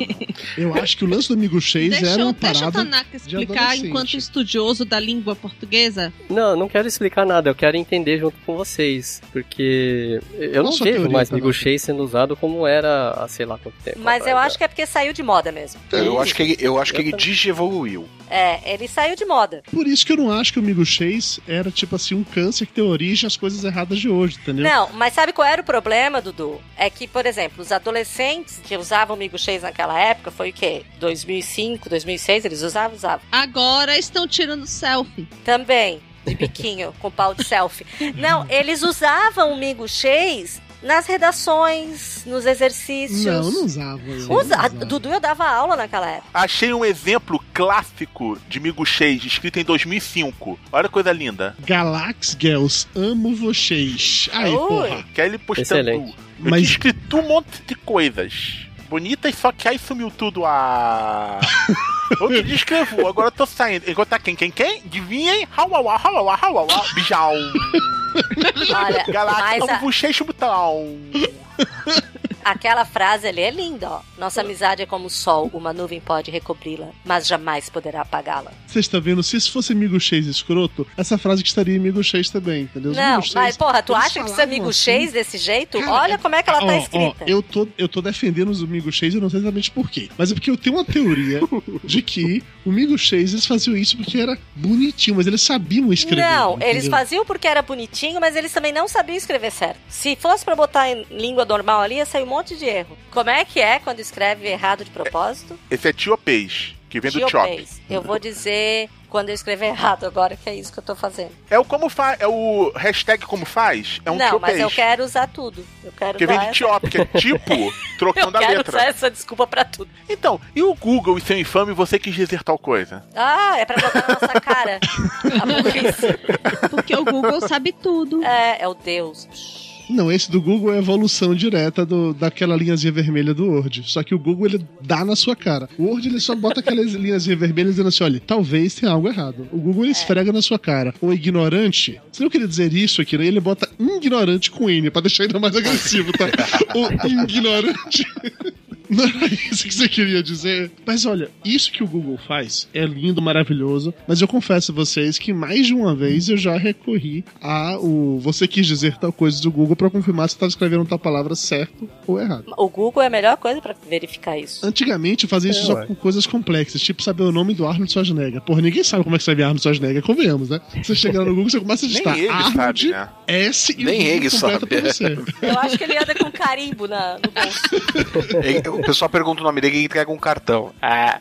S2: Eu acho que o lance do Migo né? Chase
S4: Deixa,
S2: era
S4: eu- tá-
S2: uma
S4: deixa o
S2: parada.
S4: Tanaka explicar
S2: adolescente.
S4: enquanto estudioso da língua portuguesa.
S7: Não, eu não quero explicar nada, eu quero entender junto com vocês. Porque eu
S3: Qual a
S7: não
S3: sua
S7: vejo
S3: teoria,
S7: mais
S3: Tanaka?
S7: microchase sendo usado como era há sei lá quanto tempo.
S3: Mas eu acho que é porque saiu de moda mesmo.
S6: Eu acho que ele, eu acho que ele digievoluiu.
S3: É, ele saiu de moda.
S2: Por isso que eu não acho que o Migo Chase era, tipo assim, um câncer que tem origem às coisas erradas de hoje, entendeu?
S3: Não, mas sabe qual era o problema, Dudu? É que, por exemplo, os adolescentes que usavam Migo Chase naquela época foi o quê? 2005, 2006? Eles usavam? Usavam.
S4: Agora estão tirando selfie.
S3: Também, de biquinho, com pau de selfie. Não, eles usavam o Migo Chase nas redações, nos exercícios.
S2: Não, não usava. eu.
S3: Usa- a- Dudu, eu dava aula naquela época.
S5: Achei um exemplo clássico de Migo Shades, escrito em 2005. Olha que coisa linda.
S2: Galax Girls, amo vocês. Aí, porra.
S5: Que aí ele postando.
S2: Excelente.
S5: Eu
S2: Mas-
S5: tinha escrito um monte de coisas bonitas, só que aí sumiu tudo. Ah. Outro dia escrevo, agora eu tô saindo. Encontrar quem, quem, quem? Adivinhem? Hauauá, hauauá, hauauá, bijau.
S3: Olha, mas
S5: Galáxia,
S3: a-
S5: um bochecho botão.
S3: Aquela frase ali é linda, ó. Nossa amizade é como o sol, uma nuvem pode recobri-la, mas jamais poderá apagá-la.
S2: Vocês estão vendo? Se isso fosse Migo Chase escroto, essa frase que estaria em Migo Chase também, entendeu? Os
S3: Não,
S2: Migo Chase,
S3: mas porra, tu
S2: eles
S3: acha que
S2: falavam
S3: seu amigo
S2: assim-
S3: Chase desse jeito? Olha como é que ela
S2: Ó,
S3: tá
S2: ó,
S3: escrita.
S2: eu, tô, eu tô defendendo os Migo Chase, eu não sei exatamente por quê. Mas é porque eu tenho uma teoria de que o Migo Chase eles faziam isso porque era bonitinho, mas eles sabiam escrever.
S3: não,
S2: entendeu?
S3: eles faziam porque era bonitinho, mas eles também não sabiam escrever certo. Se fosse pra botar em língua normal ali, ia sair um monte de erro. Como é que é quando escreve errado de propósito?
S5: Esse é Tiopês, que vem do Chop.
S3: Tiopês. Eu vou dizer quando eu escrever errado agora, que é isso que eu tô fazendo.
S5: É o como faz, é o hashtag como faz, é um
S3: não, mas
S5: Tiopês.
S3: eu quero usar tudo. Eu quero
S5: Que vem
S3: usar
S5: de
S3: essa-
S5: Tiop, que é tipo, trocando
S3: Eu
S5: a
S3: quero
S5: letra.
S3: usar essa desculpa pra tudo.
S5: Então, e o Google e seu infame, você quis dizer tal coisa?
S3: Ah, é pra botar na nossa cara. A burrice.
S4: Porque o Google sabe tudo.
S3: É, é o Deus.
S2: Não, esse do Google é a evolução direta do, daquela linhazinha vermelha do Word. Só que o Google ele dá na sua cara. O Word ele só bota aquelas linhazinhas vermelhas dizendo assim: olha, talvez tenha algo errado. O Google ele esfrega na sua cara. O ignorante, se não queria dizer isso aqui, né? ele bota ignorante com N, pra deixar ainda mais agressivo, tá? o ignorante. Não era isso que você queria dizer. Mas olha, isso que o Google faz é lindo, maravilhoso. Mas eu confesso a vocês que mais de uma vez eu já recorri a o você quis dizer tal coisa do Google pra confirmar se estava escrevendo tal palavra certo ou errado.
S3: O Google é a melhor coisa pra verificar isso.
S2: Antigamente eu fazia isso
S3: É,
S2: só
S3: ué.
S2: com coisas complexas, tipo saber o nome do Arnold Schwarzenegger. Porra, ninguém sabe como é que escreve Arnold Schwarzenegger, convenhamos, né? Você chega lá no Google, você começa a
S6: Nem
S2: digitar
S6: ele
S2: Arnold
S6: sabe, né?
S2: S e o
S6: Nem
S2: Google
S6: ele
S2: completa
S6: sabe.
S2: pra você.
S3: Eu acho que ele anda com carimbo na, no bolso.
S6: Ele- o pessoal pergunta o nome dele e entrega um cartão.
S3: É.
S6: Ah,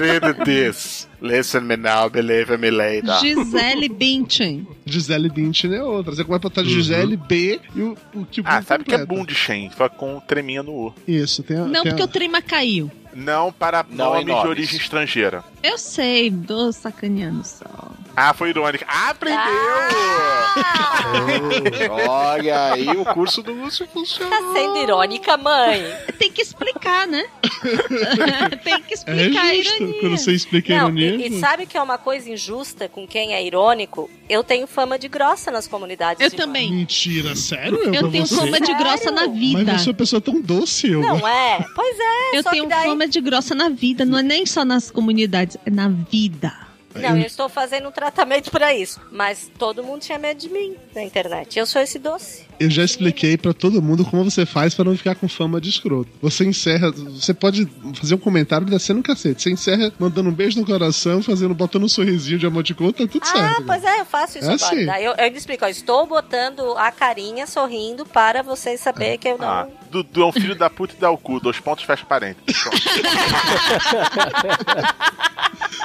S6: read this. Listen me now, believe me
S3: tá.
S6: later.
S4: Gisele Bündchen.
S2: Gisele Bündchen é outra. Você começa a botar Gisele B e o, o que o
S5: Uhum. Ah, sabe que é
S2: completa.
S5: Bundchen, só com treminha no U.
S2: Isso, tem a,
S4: Não,
S2: tem a-
S4: porque o trema caiu.
S5: Não para
S6: Não em
S5: nomes de
S6: nomes.
S5: origem estrangeira.
S4: Eu sei, tô sacaneando só.
S5: Ah, foi irônica. Aprendeu!
S3: Ah!
S6: Olha aí, o curso do
S5: é
S6: Lúcio funcionou.
S3: Tá sendo irônica, mãe.
S4: Tem que explicar, né? Tem que explicar a
S2: É justo,
S4: ironia.
S2: quando você explica a
S3: Não,
S2: ironia.
S3: e, e sabe que é uma coisa injusta com quem é irônico? Eu tenho fama de grossa nas comunidades.
S4: Eu
S3: de
S4: também.
S2: Mentira, sério?
S3: Eu
S2: pra
S3: tenho
S2: você?
S3: fama de
S4: grossa na vida.
S2: Mas você é uma pessoa tão doce, eu.
S3: Não é? Pois é.
S4: Eu
S3: só
S4: tenho
S3: que daí...
S4: fama de grossa na vida, não é nem só nas comunidades, é na vida.
S3: Não, eu estou fazendo um tratamento pra isso. Mas todo mundo tinha medo de mim na internet. Eu sou esse doce.
S2: Eu já expliquei pra todo mundo como você faz pra não ficar com fama de escroto. Você encerra, você pode fazer um comentário descendo o cacete. Você encerra mandando um beijo no coração, fazendo, botando um sorrisinho de emoticon, tá tudo
S3: Ah,
S2: certo.
S3: pois é, eu faço
S5: Ah,
S3: isso
S2: É
S3: agora.
S2: assim.
S3: Daí eu, eu ainda explico, ó, estou botando a carinha sorrindo para vocês saberem que eu não.
S5: Ah, Dudu é um filho da puta e dá o cu. Dois pontos, fecha parênteses. Pronto.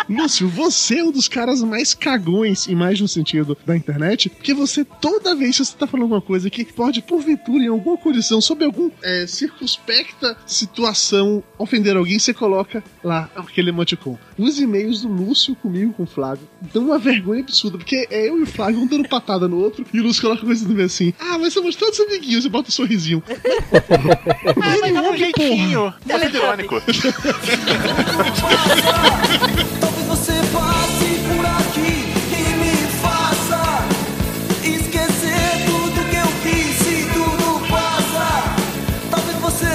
S2: Lúcio, você é um dos caras mais cagões, em mais no sentido da internet, porque você, toda vez que você tá falando alguma coisa que pode, porventura, em alguma condição, sob algum é, circunspecta situação, ofender alguém, você coloca lá aquele emoticon. Os e-mails do Lúcio comigo, com o Flávio, dão uma vergonha absurda, porque é eu e o Flávio, um dando patada no outro, e o Lúcio coloca coisa do meio assim, ah, mas somos todos amiguinhos, você bota um sorrisinho. É,
S5: Ah, mas dá um jeitinho. Tá sendo irônico.
S1: Talvez você passe por aqui e me faça esquecer tudo que eu fiz e tudo passa. Talvez você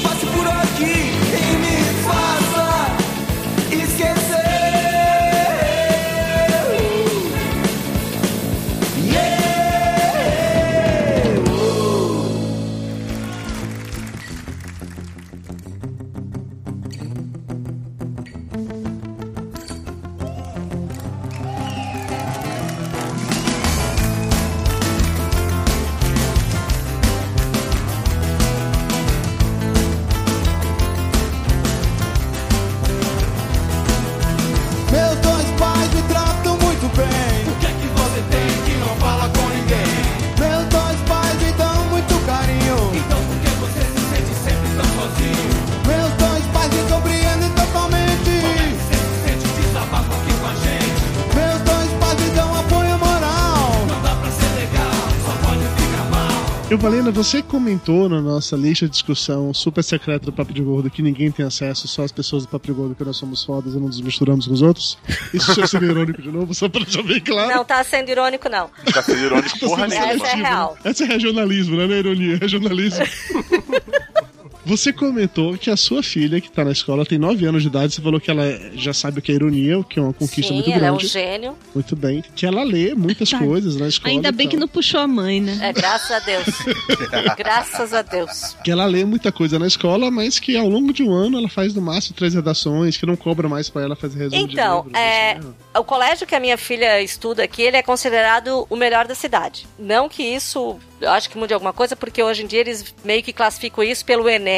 S1: passe por aqui e me faça esquecer.
S13: Meus dois pais me tratam muito bem. O que é que você tem que não fala com ninguém? Meus dois pais me dão muito carinho. Então por que você se sente sempre tão sozinho? Meus dois pais me compreendem totalmente. Como é que você se sente desabafo aqui com a gente? Meus dois pais me dão apoio moral. Não dá pra ser legal, só pode ficar mal.
S2: Eu, Valena, você comentou na nossa lista de discussão super secreta do Papo de Gordo que ninguém tem acesso, só as pessoas do Papo de Gordo que nós somos fodas e não nos misturamos com os outros. Isso já seria irônico de novo, só pra deixar bem claro.
S3: Não tá sendo irônico, não.
S5: Tá sendo irônico porra
S3: Essa é
S5: nenhuma.
S3: real.
S2: Essa é regionalismo, né? Não é ironia, é jornalismo. Você comentou que a sua filha, que tá na escola, tem 9 anos de idade, você falou que ela já sabe o que é ironia, o que é uma conquista
S3: Sim,
S2: muito
S3: ela é um
S2: grande.
S3: gênio.
S2: muito bem. Que ela lê muitas
S4: Tá.
S2: coisas na escola.
S4: Ainda
S2: e
S4: bem
S2: tal.
S4: que não puxou a mãe, né?
S3: É, graças a Deus. graças a Deus.
S2: que ela lê muita coisa na escola, mas que ao longo de um ano ela faz no máximo três redações, que não cobra mais pra ela fazer resumo de
S3: Então,
S2: livro.
S3: é, o colégio que a minha filha estuda aqui, ele é considerado o melhor da cidade. Não que isso, eu acho que mude alguma coisa, porque hoje em dia eles meio que classificam isso pelo Enem,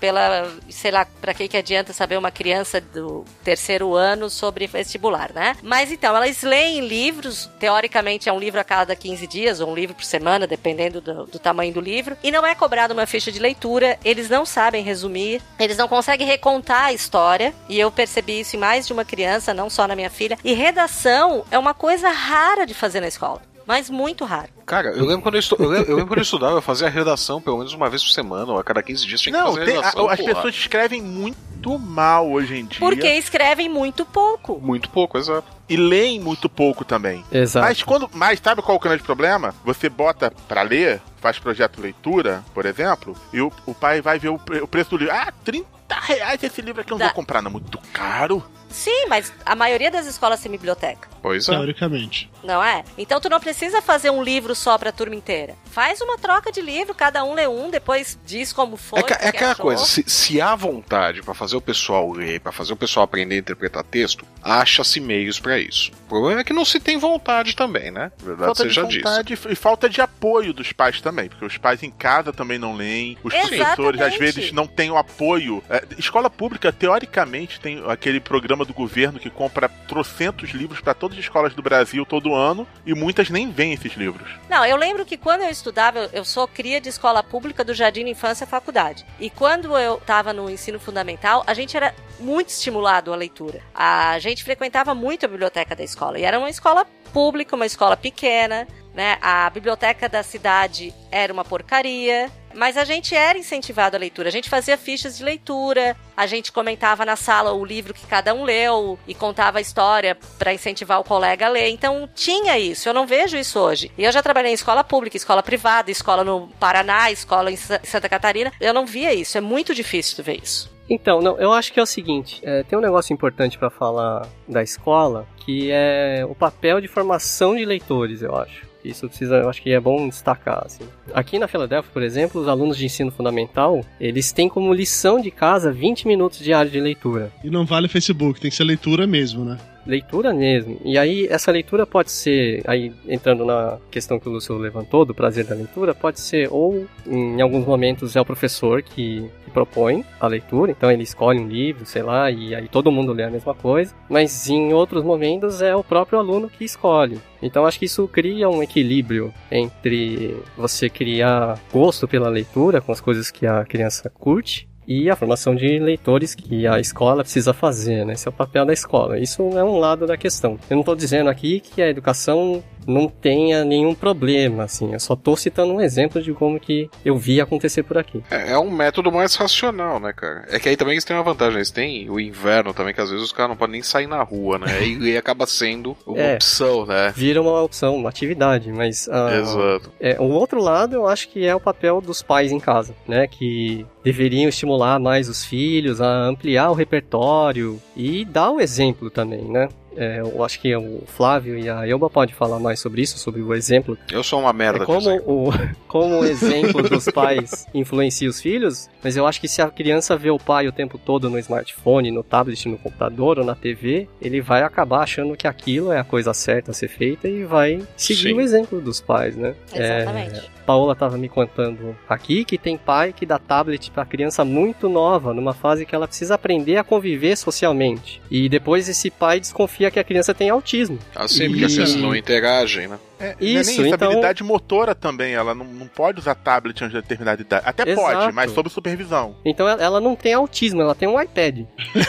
S3: pela, sei lá, pra que que adianta saber uma criança do terceiro ano sobre vestibular, né? Mas então, elas leem livros, teoricamente é um livro a cada 15 dias, ou um livro por semana, dependendo do, do tamanho do livro, e não é cobrado uma ficha de leitura, eles não sabem resumir, eles não conseguem recontar a história, e eu percebi isso em mais de uma criança, não só na minha filha, e redação é uma coisa rara de fazer na escola, mas muito rara.
S6: Cara, eu lembro quando eu, estu... eu, lembro, eu lembro quando eu estudava, eu fazia redação pelo menos uma vez por semana, ou a cada 15 dias tinha que
S5: Não,
S6: fazer
S5: tem-
S6: redação.
S5: a- as
S6: porra.
S5: pessoas escrevem muito mal hoje em dia.
S3: Porque escrevem muito pouco.
S5: Muito pouco, exato. E leem muito pouco também.
S7: Exato.
S5: Mas quando. Mas sabe qual é o grande problema? Você bota pra ler, faz projeto leitura, por exemplo, e o, o pai vai ver o, pre- o preço do livro. Ah, 30 reais esse livro aqui eu não
S3: Dá.
S5: vou comprar, não. Muito caro.
S3: Sim, mas a maioria das escolas tem biblioteca.
S6: é.
S5: Pois
S2: Teoricamente.
S3: Não é? Então tu não precisa fazer um livro só pra turma inteira. Faz uma troca de livro, cada um lê um, depois diz como foi.
S6: É, ca-
S3: o que
S6: é aquela
S3: achou.
S6: coisa, se, se há vontade pra fazer o pessoal ler, pra fazer o pessoal aprender a interpretar texto, acha-se meios pra isso. O problema é que não se tem vontade também, né? Verdade
S5: Falta de
S6: seja dita.
S5: vontade e falta de apoio dos pais também, porque os pais em casa também não leem, os
S6: Exatamente.
S5: professores às vezes não têm o apoio. É, escola pública, teoricamente, tem aquele programa do governo que compra trocentos livros pra todo todas as escolas do Brasil todo ano e muitas nem veem esses livros.
S3: Não, eu lembro que quando eu estudava, eu- eu sou cria de escola pública do Jardim Infância e Faculdade. E quando eu estava no ensino fundamental, a gente era muito estimulado à leitura. A gente frequentava muito a biblioteca da escola. E era uma escola pública, uma escola pequena, né? A biblioteca da cidade era uma porcaria. Mas a gente era incentivado à leitura. A gente fazia fichas de leitura, a gente comentava na sala o livro que cada um leu e contava a história para incentivar o colega a ler. Então tinha isso. Eu não vejo isso hoje. E eu já trabalhei em escola pública, escola privada, escola no Paraná, escola em Sa- Santa Catarina. Eu não via isso. É muito difícil tu ver isso.
S7: Então, não, eu acho que é o seguinte, é, tem um negócio importante pra falar da escola, que é o papel de formação de leitores, eu acho. Isso precisa, eu acho que é bom destacar. assim. Aqui na Filadélfia, por exemplo, os alunos de ensino fundamental, eles têm como lição de casa 20 minutos diários de leitura.
S2: E não vale Facebook, tem que ser leitura mesmo, né?
S7: Leitura mesmo. E aí, essa leitura pode ser, aí entrando na questão que o Lúcio levantou, do prazer da leitura, pode ser ou, em alguns momentos, é o professor que, que propõe a leitura, então ele escolhe um livro, sei lá, e aí todo mundo lê a mesma coisa, mas em outros momentos é o próprio aluno que escolhe. Então acho que isso cria um equilíbrio entre você criar gosto pela leitura, com as coisas que a criança curte, e a formação de leitores que a escola precisa fazer, né? Esse é o papel da escola. Isso é um lado da questão. Eu não estou dizendo aqui que a educação não tenha nenhum problema, assim. Eu só estou citando um exemplo de como que eu vi acontecer por aqui.
S6: É, é um método mais racional, né, cara? É que aí também eles têm uma vantagem. Eles têm o inverno também, que às vezes os caras não podem nem sair na rua, né? E, e acaba sendo uma
S7: É.
S6: opção, né?
S7: Vira uma opção, uma atividade, mas... ah,
S6: Exato.
S7: É, o outro lado, eu acho que é o papel dos pais em casa, né? Que deveriam estimular mais os filhos a ampliar o repertório e dar o exemplo também, né? É, eu acho que o Flávio e a Elba podem falar mais sobre isso, sobre o exemplo.
S6: Eu sou uma merda.
S7: É como
S6: por
S7: o, como o exemplo dos pais influencia os filhos, mas eu acho que se a criança vê o pai o tempo todo no smartphone, no tablet, no computador ou na TV, ele vai acabar achando que aquilo é a coisa certa a ser feita e vai seguir
S14: Sim.
S7: o exemplo dos pais, né?
S14: Exatamente.
S7: É, Paola estava me contando aqui que tem pai que dá tablet para criança muito nova, numa fase que ela precisa aprender a conviver socialmente. E depois esse pai desconfia que a criança tem autismo.
S6: Assim, porque as crianças não interagem, né?
S5: É,
S7: Isso,
S5: não é nem isso,
S7: então-
S5: a habilidade motora também, ela não, não pode usar tablet antes de determinada idade. Até
S7: Exato.
S5: pode, mas sob supervisão.
S7: Então ela- ela não tem autismo, ela tem um iPad.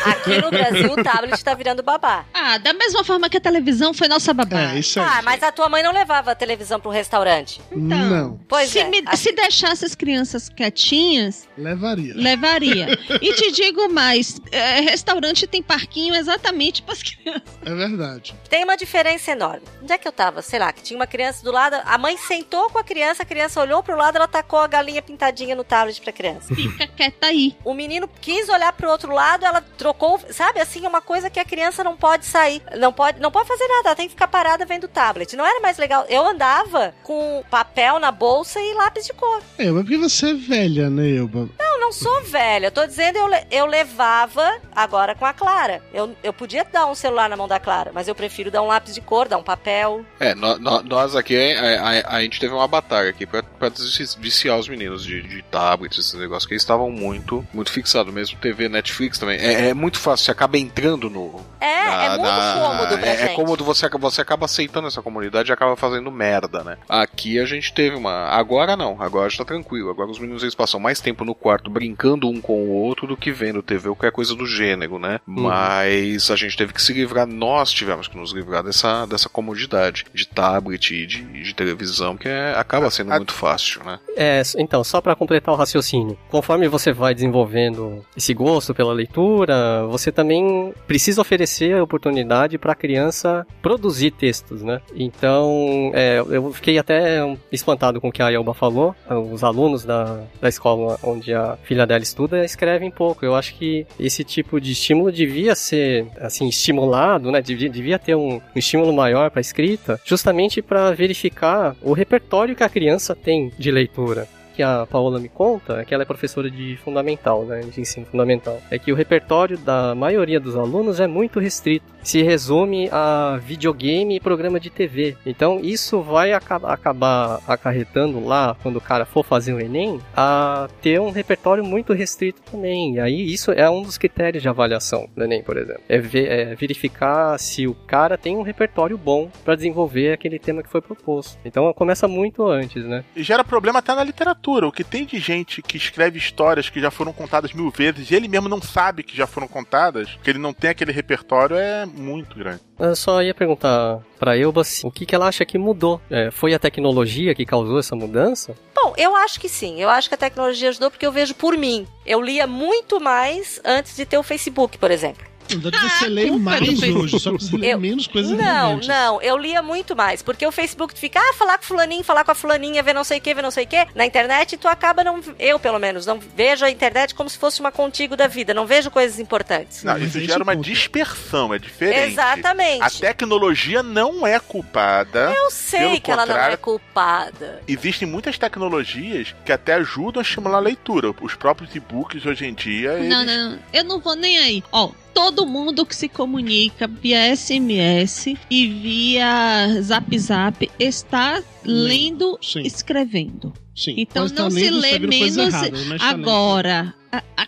S3: Aqui no Brasil, o tablet tá virando babá.
S4: Ah, da mesma forma que a televisão foi nossa
S2: É,
S4: babá.
S3: Ah, mas a tua mãe não levava a televisão pro restaurante.
S2: Não.
S3: Pois
S4: Então, se,
S3: é.
S4: me- se deixasse as crianças quietinhas,
S2: Levaria.
S4: levaria. e te digo mais: é, restaurante tem parquinho exatamente para as crianças.
S2: É verdade.
S3: Tem uma diferença enorme. Onde é que eu tava? Sei lá, que tinha uma criança do lado. A mãe sentou com a criança, a criança olhou pro lado, ela tacou a galinha pintadinha no tablet pra criança.
S4: Fica quieta aí.
S3: O menino quis olhar pro outro lado, ela trocou, sabe assim, uma coisa que a criança não pode sair, não pode, não pode fazer nada, ela tem que ficar parada vendo o tablet. Não era mais legal. Eu andava com papel na bolsa e lápis de cor.
S2: É, mas porque você é velha, né, Elba?
S3: Não, não sou velha. Eu tô dizendo eu, le- eu levava agora com a Clara. Eu, eu podia dar um celular na mão da Clara, mas eu prefiro dar um lápis de cor, dar um papel.
S6: É, nó- nó- nós aqui, a, a- a gente teve uma batalha aqui pra, pra des- viciar os meninos de, de tablets, esses negócios, que eles estavam muito, muito fixados, mesmo TV, Netflix também. É, é muito fácil, você acaba entrando no...
S3: É, é muito cômodo pra
S6: é,
S3: gente.
S6: É cômodo, você, ac- você acaba aceitando essa comunidade e acaba fazendo merda, né? Aqui a gente teve uma... Agora não, agora está tranquilo. Agora os meninos eles passam mais tempo no quarto brincando um com o outro do que vendo TV ou qualquer coisa do gênero, né?
S7: Uhum.
S6: Mas a gente teve que se livrar, nós tivemos que nos livrar dessa, dessa comodidade de tablet e de, de televisão, que é- acaba sendo muito fácil, né?
S7: É, s- então, só para completar o raciocínio, conforme você vai desenvolvendo esse gosto pela leitura, você também precisa oferecer a oportunidade para a criança produzir textos, né? Então, é, eu fiquei até hum, espantado com o que a Elba falou. Os alunos da, da escola onde a filha dela estuda escrevem pouco. Eu acho que esse tipo de estímulo devia ser, assim, estimulado, né? Devia, devia ter um, um estímulo maior para escrita, justamente para verificar o repertório que a criança tem de leitura. Que a Paola me conta é que ela é professora de fundamental, né? De ensino fundamental. É que o repertório da maioria dos alunos é muito restrito. se resume a videogame e programa de TV. Então isso vai aca- acabar acarretando lá, quando o cara for fazer o Enem, a ter um repertório muito restrito também. E aí isso é um dos critérios de avaliação do Enem, por exemplo. É, ver- é verificar se o cara tem um repertório bom para desenvolver aquele tema que foi proposto. Então começa muito antes, né?
S5: E gera problema até na literatura. O que tem de gente que escreve histórias que já foram contadas mil vezes e ele mesmo não sabe que já foram contadas, que ele não tem aquele repertório, é muito grande.
S7: Eu só ia perguntar pra Elba se- o que, que ela acha que mudou. É, foi a tecnologia que causou essa mudança?
S3: Bom, eu acho que sim. Eu acho que a tecnologia ajudou porque eu vejo por mim. Eu lia muito mais antes de ter o Facebook, por exemplo.
S2: Na verdade, você lê
S4: Ah,
S2: um mais hoje, só que você lê
S3: Eu-
S2: menos coisas
S3: Não,
S2: relevantes.
S3: não, eu lia muito mais, porque o Facebook fica, ah, falar com fulaninho, falar com a fulaninha, ver não sei o que, ver não sei o que, na internet, tu acaba não, eu pelo menos, não vejo a internet como se fosse uma contigo da vida, não vejo coisas importantes.
S5: Não, isso gera uma dispersão, é diferente.
S3: Exatamente.
S5: A tecnologia não é culpada.
S3: Eu sei
S5: Pelo
S3: que ela não é
S5: contrário,
S3: culpada.
S5: Existem muitas tecnologias que até ajudam a estimular a leitura. Os próprios e-books hoje em dia. eles-
S4: Não, não, não. Eu não vou nem aí. Ó, todo mundo que se comunica via SMS e via Zap Zap está lendo, escrevendo.
S2: Sim.
S4: Então
S2: Mas tá
S4: não se
S2: lendo,
S4: lê
S2: escrevendo coisas
S4: menos
S2: erradas, mas tá lendo.
S4: agora. A, a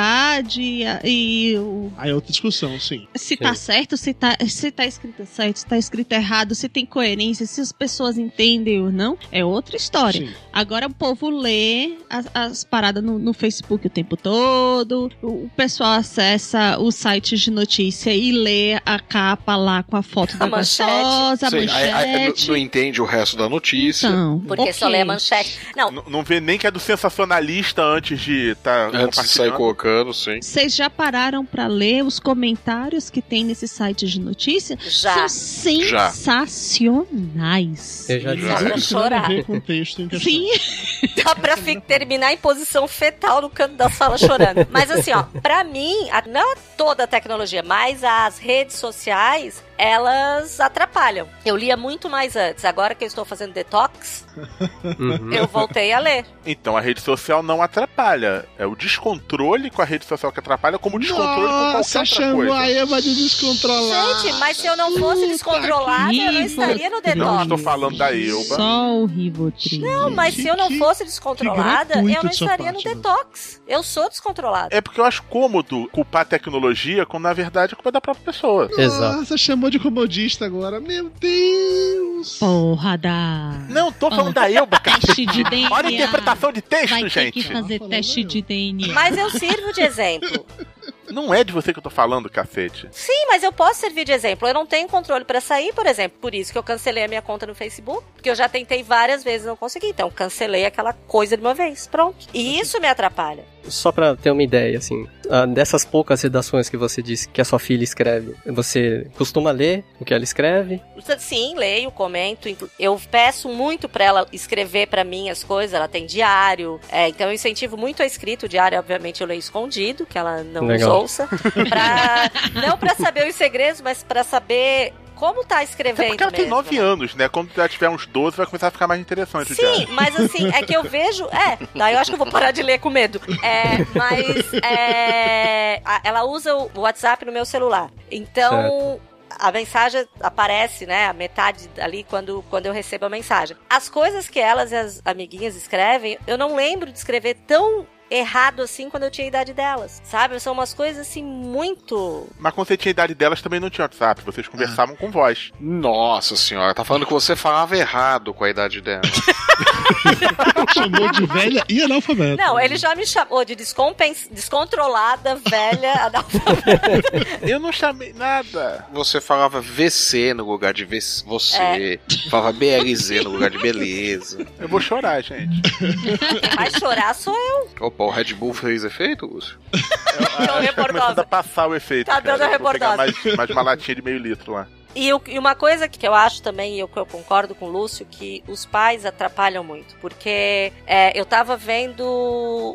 S4: qualidade a- e o
S2: Aí é outra discussão, sim.
S4: se tá certo, se tá, se tá escrito certo, se tá escrito errado, se tem coerência, se as pessoas entendem ou não, é outra história. Agora o povo lê as, as paradas no, no Facebook o tempo todo, o, o pessoal acessa os sites de notícia e lê a capa lá com a foto da gostosa, a
S6: Sei,
S4: manchete.
S6: aí- aí não- não entende o resto da notícia.
S4: Então,
S3: Porque só lê a manchete. Não,
S5: N- Não vê nem que é do sensacionalista antes de tá
S6: Antes de sair colocando, sim.
S4: Vocês já pararam pra ler os comentários que tem nesse site de notícia?
S3: Já.
S4: São
S6: Já.
S4: sensacionais.
S2: Eu
S4: já
S2: Dá pra chorar. ver com o texto em questão.
S4: Sim.
S3: Dá pra fi- terminar em posição fetal no canto da sala chorando. Mas assim, ó, pra mim, a- não é toda a tecnologia, mas as redes sociais, elas atrapalham. Eu lia muito mais antes. Agora que eu estou fazendo detox,
S4: Uhum.
S3: eu voltei a ler.
S5: Então a rede social não atrapalha. É o descontrole com a rede social que atrapalha, como o descontrole com qualquer
S2: Nossa,
S5: outra
S2: chamou
S5: coisa.
S2: a Eva de descontrolada.
S3: Gente, mas se eu não fosse descontrolada, Ah, eu não estaria no
S5: Não
S3: detox.
S5: estou falando da Elba.
S4: Só o Rivotril.
S3: Não, mas se eu não fosse descontrolada,
S5: gratuito né?
S3: eu não
S5: de sua
S3: estaria no detox. Eu sou descontrolada.
S5: É porque eu acho cômodo culpar a tecnologia quando na verdade é culpa da própria pessoa.
S2: Nossa, chamou de comodista agora. Meu Deus.
S4: Porra da.
S5: Não, tô
S4: falando da
S5: Elba,
S4: cara. Teste de DNA.
S5: Olha a interpretação de texto,
S4: Vai ter que
S5: gente.
S4: fazer teste de
S5: É.
S4: DNA.
S3: Mas eu sirvo de exemplo.
S5: Não é de você que eu tô falando,
S4: É
S5: cacete.
S3: Sim, mas eu posso servir de exemplo. Eu não tenho controle pra sair, por exemplo. Por isso que eu cancelei a minha conta no Facebook. Porque eu já tentei várias vezes e não consegui. Então, cancelei aquela coisa de uma vez. Pronto. E isso me atrapalha.
S7: Só pra ter uma ideia, assim, ah, dessas poucas redações que você disse que a sua filha escreve, você costuma ler o que ela escreve?
S3: Sim, leio, comento. inclu- Eu peço muito pra ela escrever pra mim as coisas. Ela tem diário. É, então, eu incentivo muito a escrita. O diário, obviamente, eu leio escondido, que ela não nos
S7: Legal.
S3: ouça. Pra- não pra saber os segredos, mas pra saber como tá escrevendo.
S5: Até é porque ela tem
S3: mesmo,
S5: 9
S3: né?
S5: anos, né? Quando já tiver uns 12, vai começar a ficar mais interessante o
S3: Sim,
S5: diário.
S3: mas assim, é que eu vejo. É, daí eu acho que eu vou parar de ler com medo. É, mas é, a- ela usa o WhatsApp no meu celular. Então. A mensagem aparece, né? A metade ali quando, quando eu recebo a mensagem. As coisas que elas e as amiguinhas escrevem, eu não lembro de escrever tão errado assim quando eu tinha a idade delas. Sabe? São umas coisas assim muito.
S5: Mas quando você tinha a idade delas, também não tinha WhatsApp. Vocês
S2: Ah.
S5: conversavam com voz.
S6: Nossa senhora, tá falando que você falava errado com a idade dela.
S2: Chamou de velha e
S5: É,
S2: analfabeta.
S5: tá.
S3: Não, ele já me chamou de descompens... descontrolada, velha, analfabeta.
S5: Eu não chamei nada.
S6: Você falava VC no lugar de VC, você. Falava BLZ no lugar de beleza.
S5: Eu vou chorar, gente.
S3: Mas chorar sou eu.
S6: Opa, o Red Bull fez efeito, Lúcio?
S3: Então, reportosa.
S5: Ah, Começando a passar o efeito.
S3: Tá
S5: cara.
S3: dando a
S5: Eu vou pegar
S3: reportagem.
S5: Mais, mais uma latinha de meio litro lá.
S3: E, o- e uma coisa que eu acho também, e eu, que eu concordo com o Lúcio, que os pais atrapalham muito. Porque é, eu tava vendo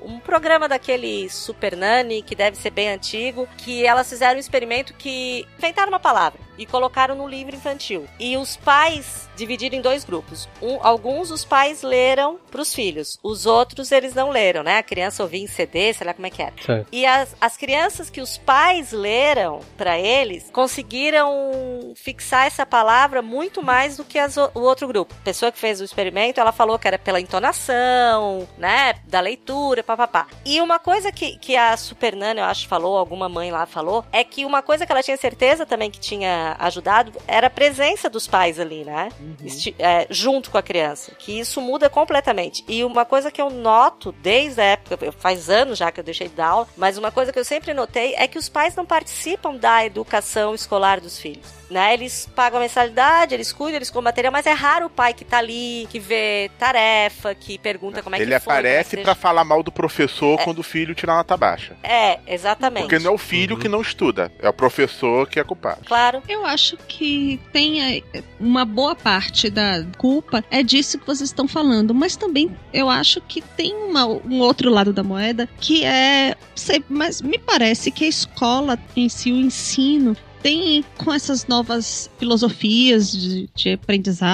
S3: um programa daquele Super Nani, que deve ser bem antigo, que elas fizeram um experimento que inventaram uma palavra. e colocaram no livro infantil. E os pais dividiram em dois grupos. Um- alguns os pais leram para os filhos, os outros eles não leram, né? A criança ouvia em CD, sei lá como é que era.
S7: Certo.
S3: E as, as crianças que os pais leram para eles conseguiram fixar essa palavra muito mais do que as o o outro grupo. A pessoa que fez o experimento, ela falou que era pela entonação, né? Da leitura, papapá. E uma coisa que, que a Super Nana, eu acho, falou, alguma mãe lá falou, é que uma coisa que ela tinha certeza também que tinha ajudado era a presença dos pais ali, né?
S5: Uhum.
S3: Esti- é, junto com a criança. Que isso muda completamente. E uma coisa que eu noto desde a época, eu- faz anos já que eu deixei de dar aula, mas uma coisa que eu sempre notei é que os pais não participam da educação escolar dos filhos. Né? Eles pagam a mensalidade, eles cuidam, eles compram material, mas é raro o pai que tá ali, que vê tarefa, que pergunta como é que
S5: Ele
S3: foi. como é que
S5: aparece
S3: seja.
S5: pra falar mal do professor
S3: É.
S5: quando o filho tirar nota baixa.
S3: É, exatamente.
S5: Porque não é o filho que não estuda, é o professor que é culpado.
S3: Claro.
S4: Eu acho que tem eh, uma boa parte da culpa é disso que vocês estão falando, mas também eu acho que tem uma- um outro lado da moeda que é, sei, mas me parece que a escola em si, o ensino tem com essas novas filosofias de, de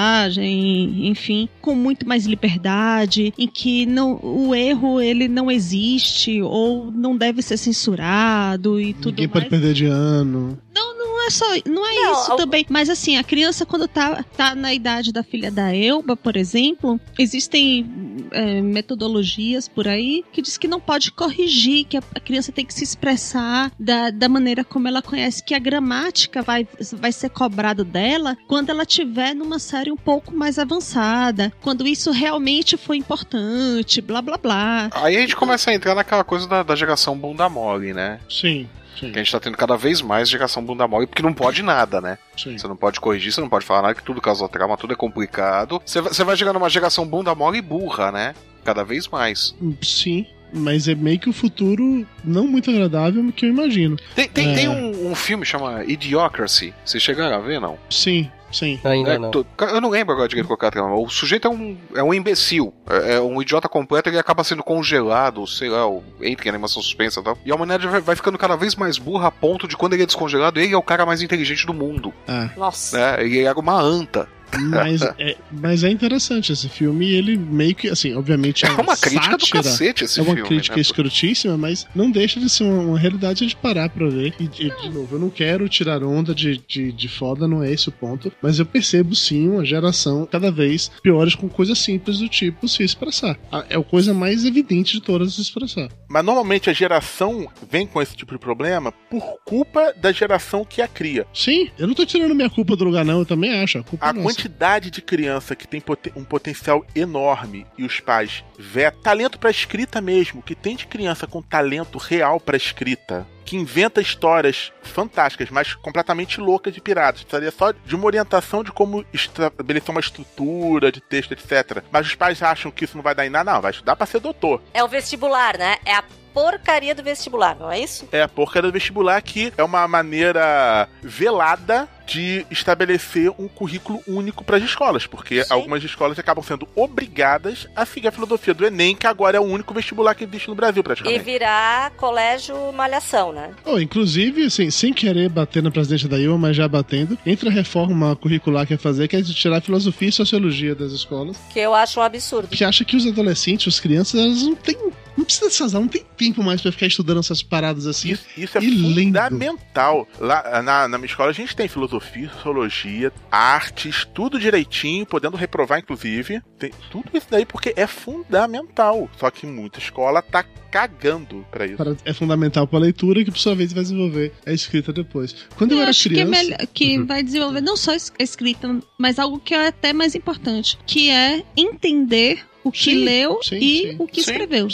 S4: aprendizagem, enfim, com muito mais liberdade, em que não, o erro ele não existe ou não deve ser censurado e tudo
S2: Ninguém
S4: mais
S2: pode perder de ano.
S4: não, não é só. Não é
S3: Não,
S4: isso
S3: al-
S4: também. Mas assim, a criança, quando tá, tá na idade da filha da Elba, por exemplo, existem é, metodologias por aí que diz que não pode corrigir, que a, a criança tem que se expressar da, da maneira como ela conhece, que a gramática vai, vai ser cobrado dela quando ela tiver numa série um pouco mais avançada, quando isso realmente foi importante, blá blá blá.
S6: Aí a gente começa a entrar naquela coisa da, da geração bunda mole, né?
S2: Sim.
S6: Que a gente tá tendo cada vez mais geração bunda mole, porque não pode nada, né? Você não pode corrigir, você não pode falar nada, que tudo causou trauma, tudo é complicado. Você vai, você vai chegando uma geração bunda mole e burra, né? Cada vez mais.
S2: Sim, mas é meio que o futuro não muito agradável que eu imagino.
S6: Tem, tem,
S2: É.
S6: tem um, um filme chama Idiocracy. Vocês chegaram a ver, não?
S2: Sim, sim.
S6: É, tô- cara, eu não lembro agora de que colocar trama. O sujeito é um, é um imbecil, é, é um idiota completo, ele acaba sendo congelado, sei lá, ou entra em animação suspensa e tal. E a humanidade vai, vai ficando cada vez mais burra a ponto de quando ele é descongelado, ele é o cara mais inteligente do mundo.
S2: É.
S3: Nossa.
S6: É, ele era uma anta.
S2: Mas é, mas é interessante esse filme, ele meio que, assim, obviamente.
S6: É uma crítica do
S2: sátira,
S6: cacete esse
S2: É uma
S6: filme,
S2: crítica
S6: né?
S2: escrotíssima, mas não deixa de ser uma, uma realidade de parar pra ver. E, de, de novo, eu não quero tirar onda de, de, de foda, não é esse o ponto. Mas eu percebo sim uma geração cada vez piores com coisas simples do tipo se expressar. A- É a coisa mais evidente de todas se expressar.
S5: Mas normalmente a geração vem com esse tipo de problema por culpa da geração que a cria.
S2: Sim, eu não tô tirando minha culpa do lugar, não, eu também acho. A culpa
S5: A
S2: é nossa.
S5: quantidade de criança que tem poten- um potencial enorme e os pais vê talento para escrita mesmo, que tem de criança com talento real para escrita, que inventa histórias fantásticas, mas completamente loucas de piratas. Precisaria só de uma orientação de como estabelecer uma estrutura de texto, etc. Mas os pais acham que isso não vai dar em nada, não, vai estudar para ser doutor.
S3: É o vestibular, né? É a porcaria do vestibular, não é isso?
S5: É, a porcaria do vestibular que é uma maneira velada de estabelecer um currículo único para as escolas, porque algumas escolas acabam sendo obrigadas a seguir a filosofia do Enem, que agora é o único vestibular que existe no Brasil,
S3: E
S5: praticamente.
S3: virar colégio malhação, né?
S2: Oh, inclusive, assim, sem querer bater na presidente da IUA, mas já batendo, entre a reforma curricular que ia fazer, que é tirar filosofia e sociologia das escolas,
S3: Que eu acho um absurdo.
S2: que acha que os adolescentes, as crianças, elas não têm. Não precisa dessas não tem tempo mais pra ficar estudando essas paradas assim.
S5: Isso, isso é
S2: e lendo.
S5: fundamental. Lá na, na minha escola a gente tem filosofia, sociologia, artes, tudo direitinho, podendo reprovar, inclusive. Tem tudo isso daí porque é fundamental. Só que muita escola tá cagando pra isso.
S2: Para- É fundamental pra leitura que, por sua vez, vai desenvolver a escrita depois. Quando eu, era
S4: acho
S2: criança.
S4: que, é melhor, que
S2: Uhum.
S4: vai desenvolver não só es- a escrita, mas algo que é até mais importante, que é entender o que
S5: Sim,
S4: leu
S5: sim,
S4: e
S5: sim,
S4: o que
S5: sim,
S4: escreveu.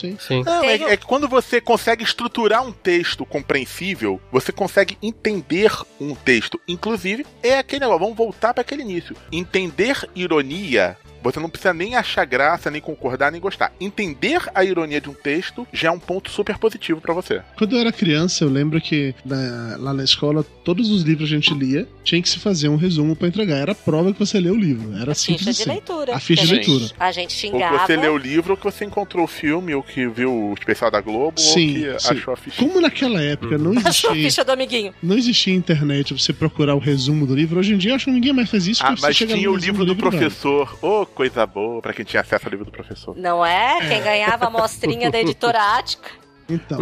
S5: Não, é, é que quando você consegue estruturar um texto compreensível, você consegue entender um texto. Inclusive, é aquele negócio, vamos voltar para aquele início. Entender ironia. Você não precisa nem achar graça, nem concordar, nem gostar. Entender a ironia de um texto já é um ponto super positivo pra você.
S2: Quando eu era criança, eu lembro que na- lá na escola, todos os livros que a gente lia, tinha que se fazer um resumo pra entregar. Era a prova que você leu o livro. Era simples
S3: Ficha de
S2: assim.
S3: leitura.
S2: A ficha de
S5: Gente.
S2: leitura.
S3: A gente
S5: Ou que
S3: xingava.
S5: você leu o livro, ou que você encontrou o filme, ou que viu o especial da Globo,
S2: Sim,
S5: ou que
S2: sim.
S5: achou a ficha.
S2: Como naquela época não
S3: Achou
S2: existia,
S3: Uhum. a ficha do amiguinho.
S2: não existia internet pra você procurar o resumo do livro, hoje em dia eu acho que ninguém mais faz isso.
S5: Ah,
S2: porque você
S5: mas
S2: chega no né?
S5: tinha o
S2: resumo
S5: livro do
S2: velho.
S5: professor. Ô, coisa boa, pra quem tinha acesso ao livro do professor.
S3: Não é? Quem ganhava a mostrinha da editora Ática.
S2: Então,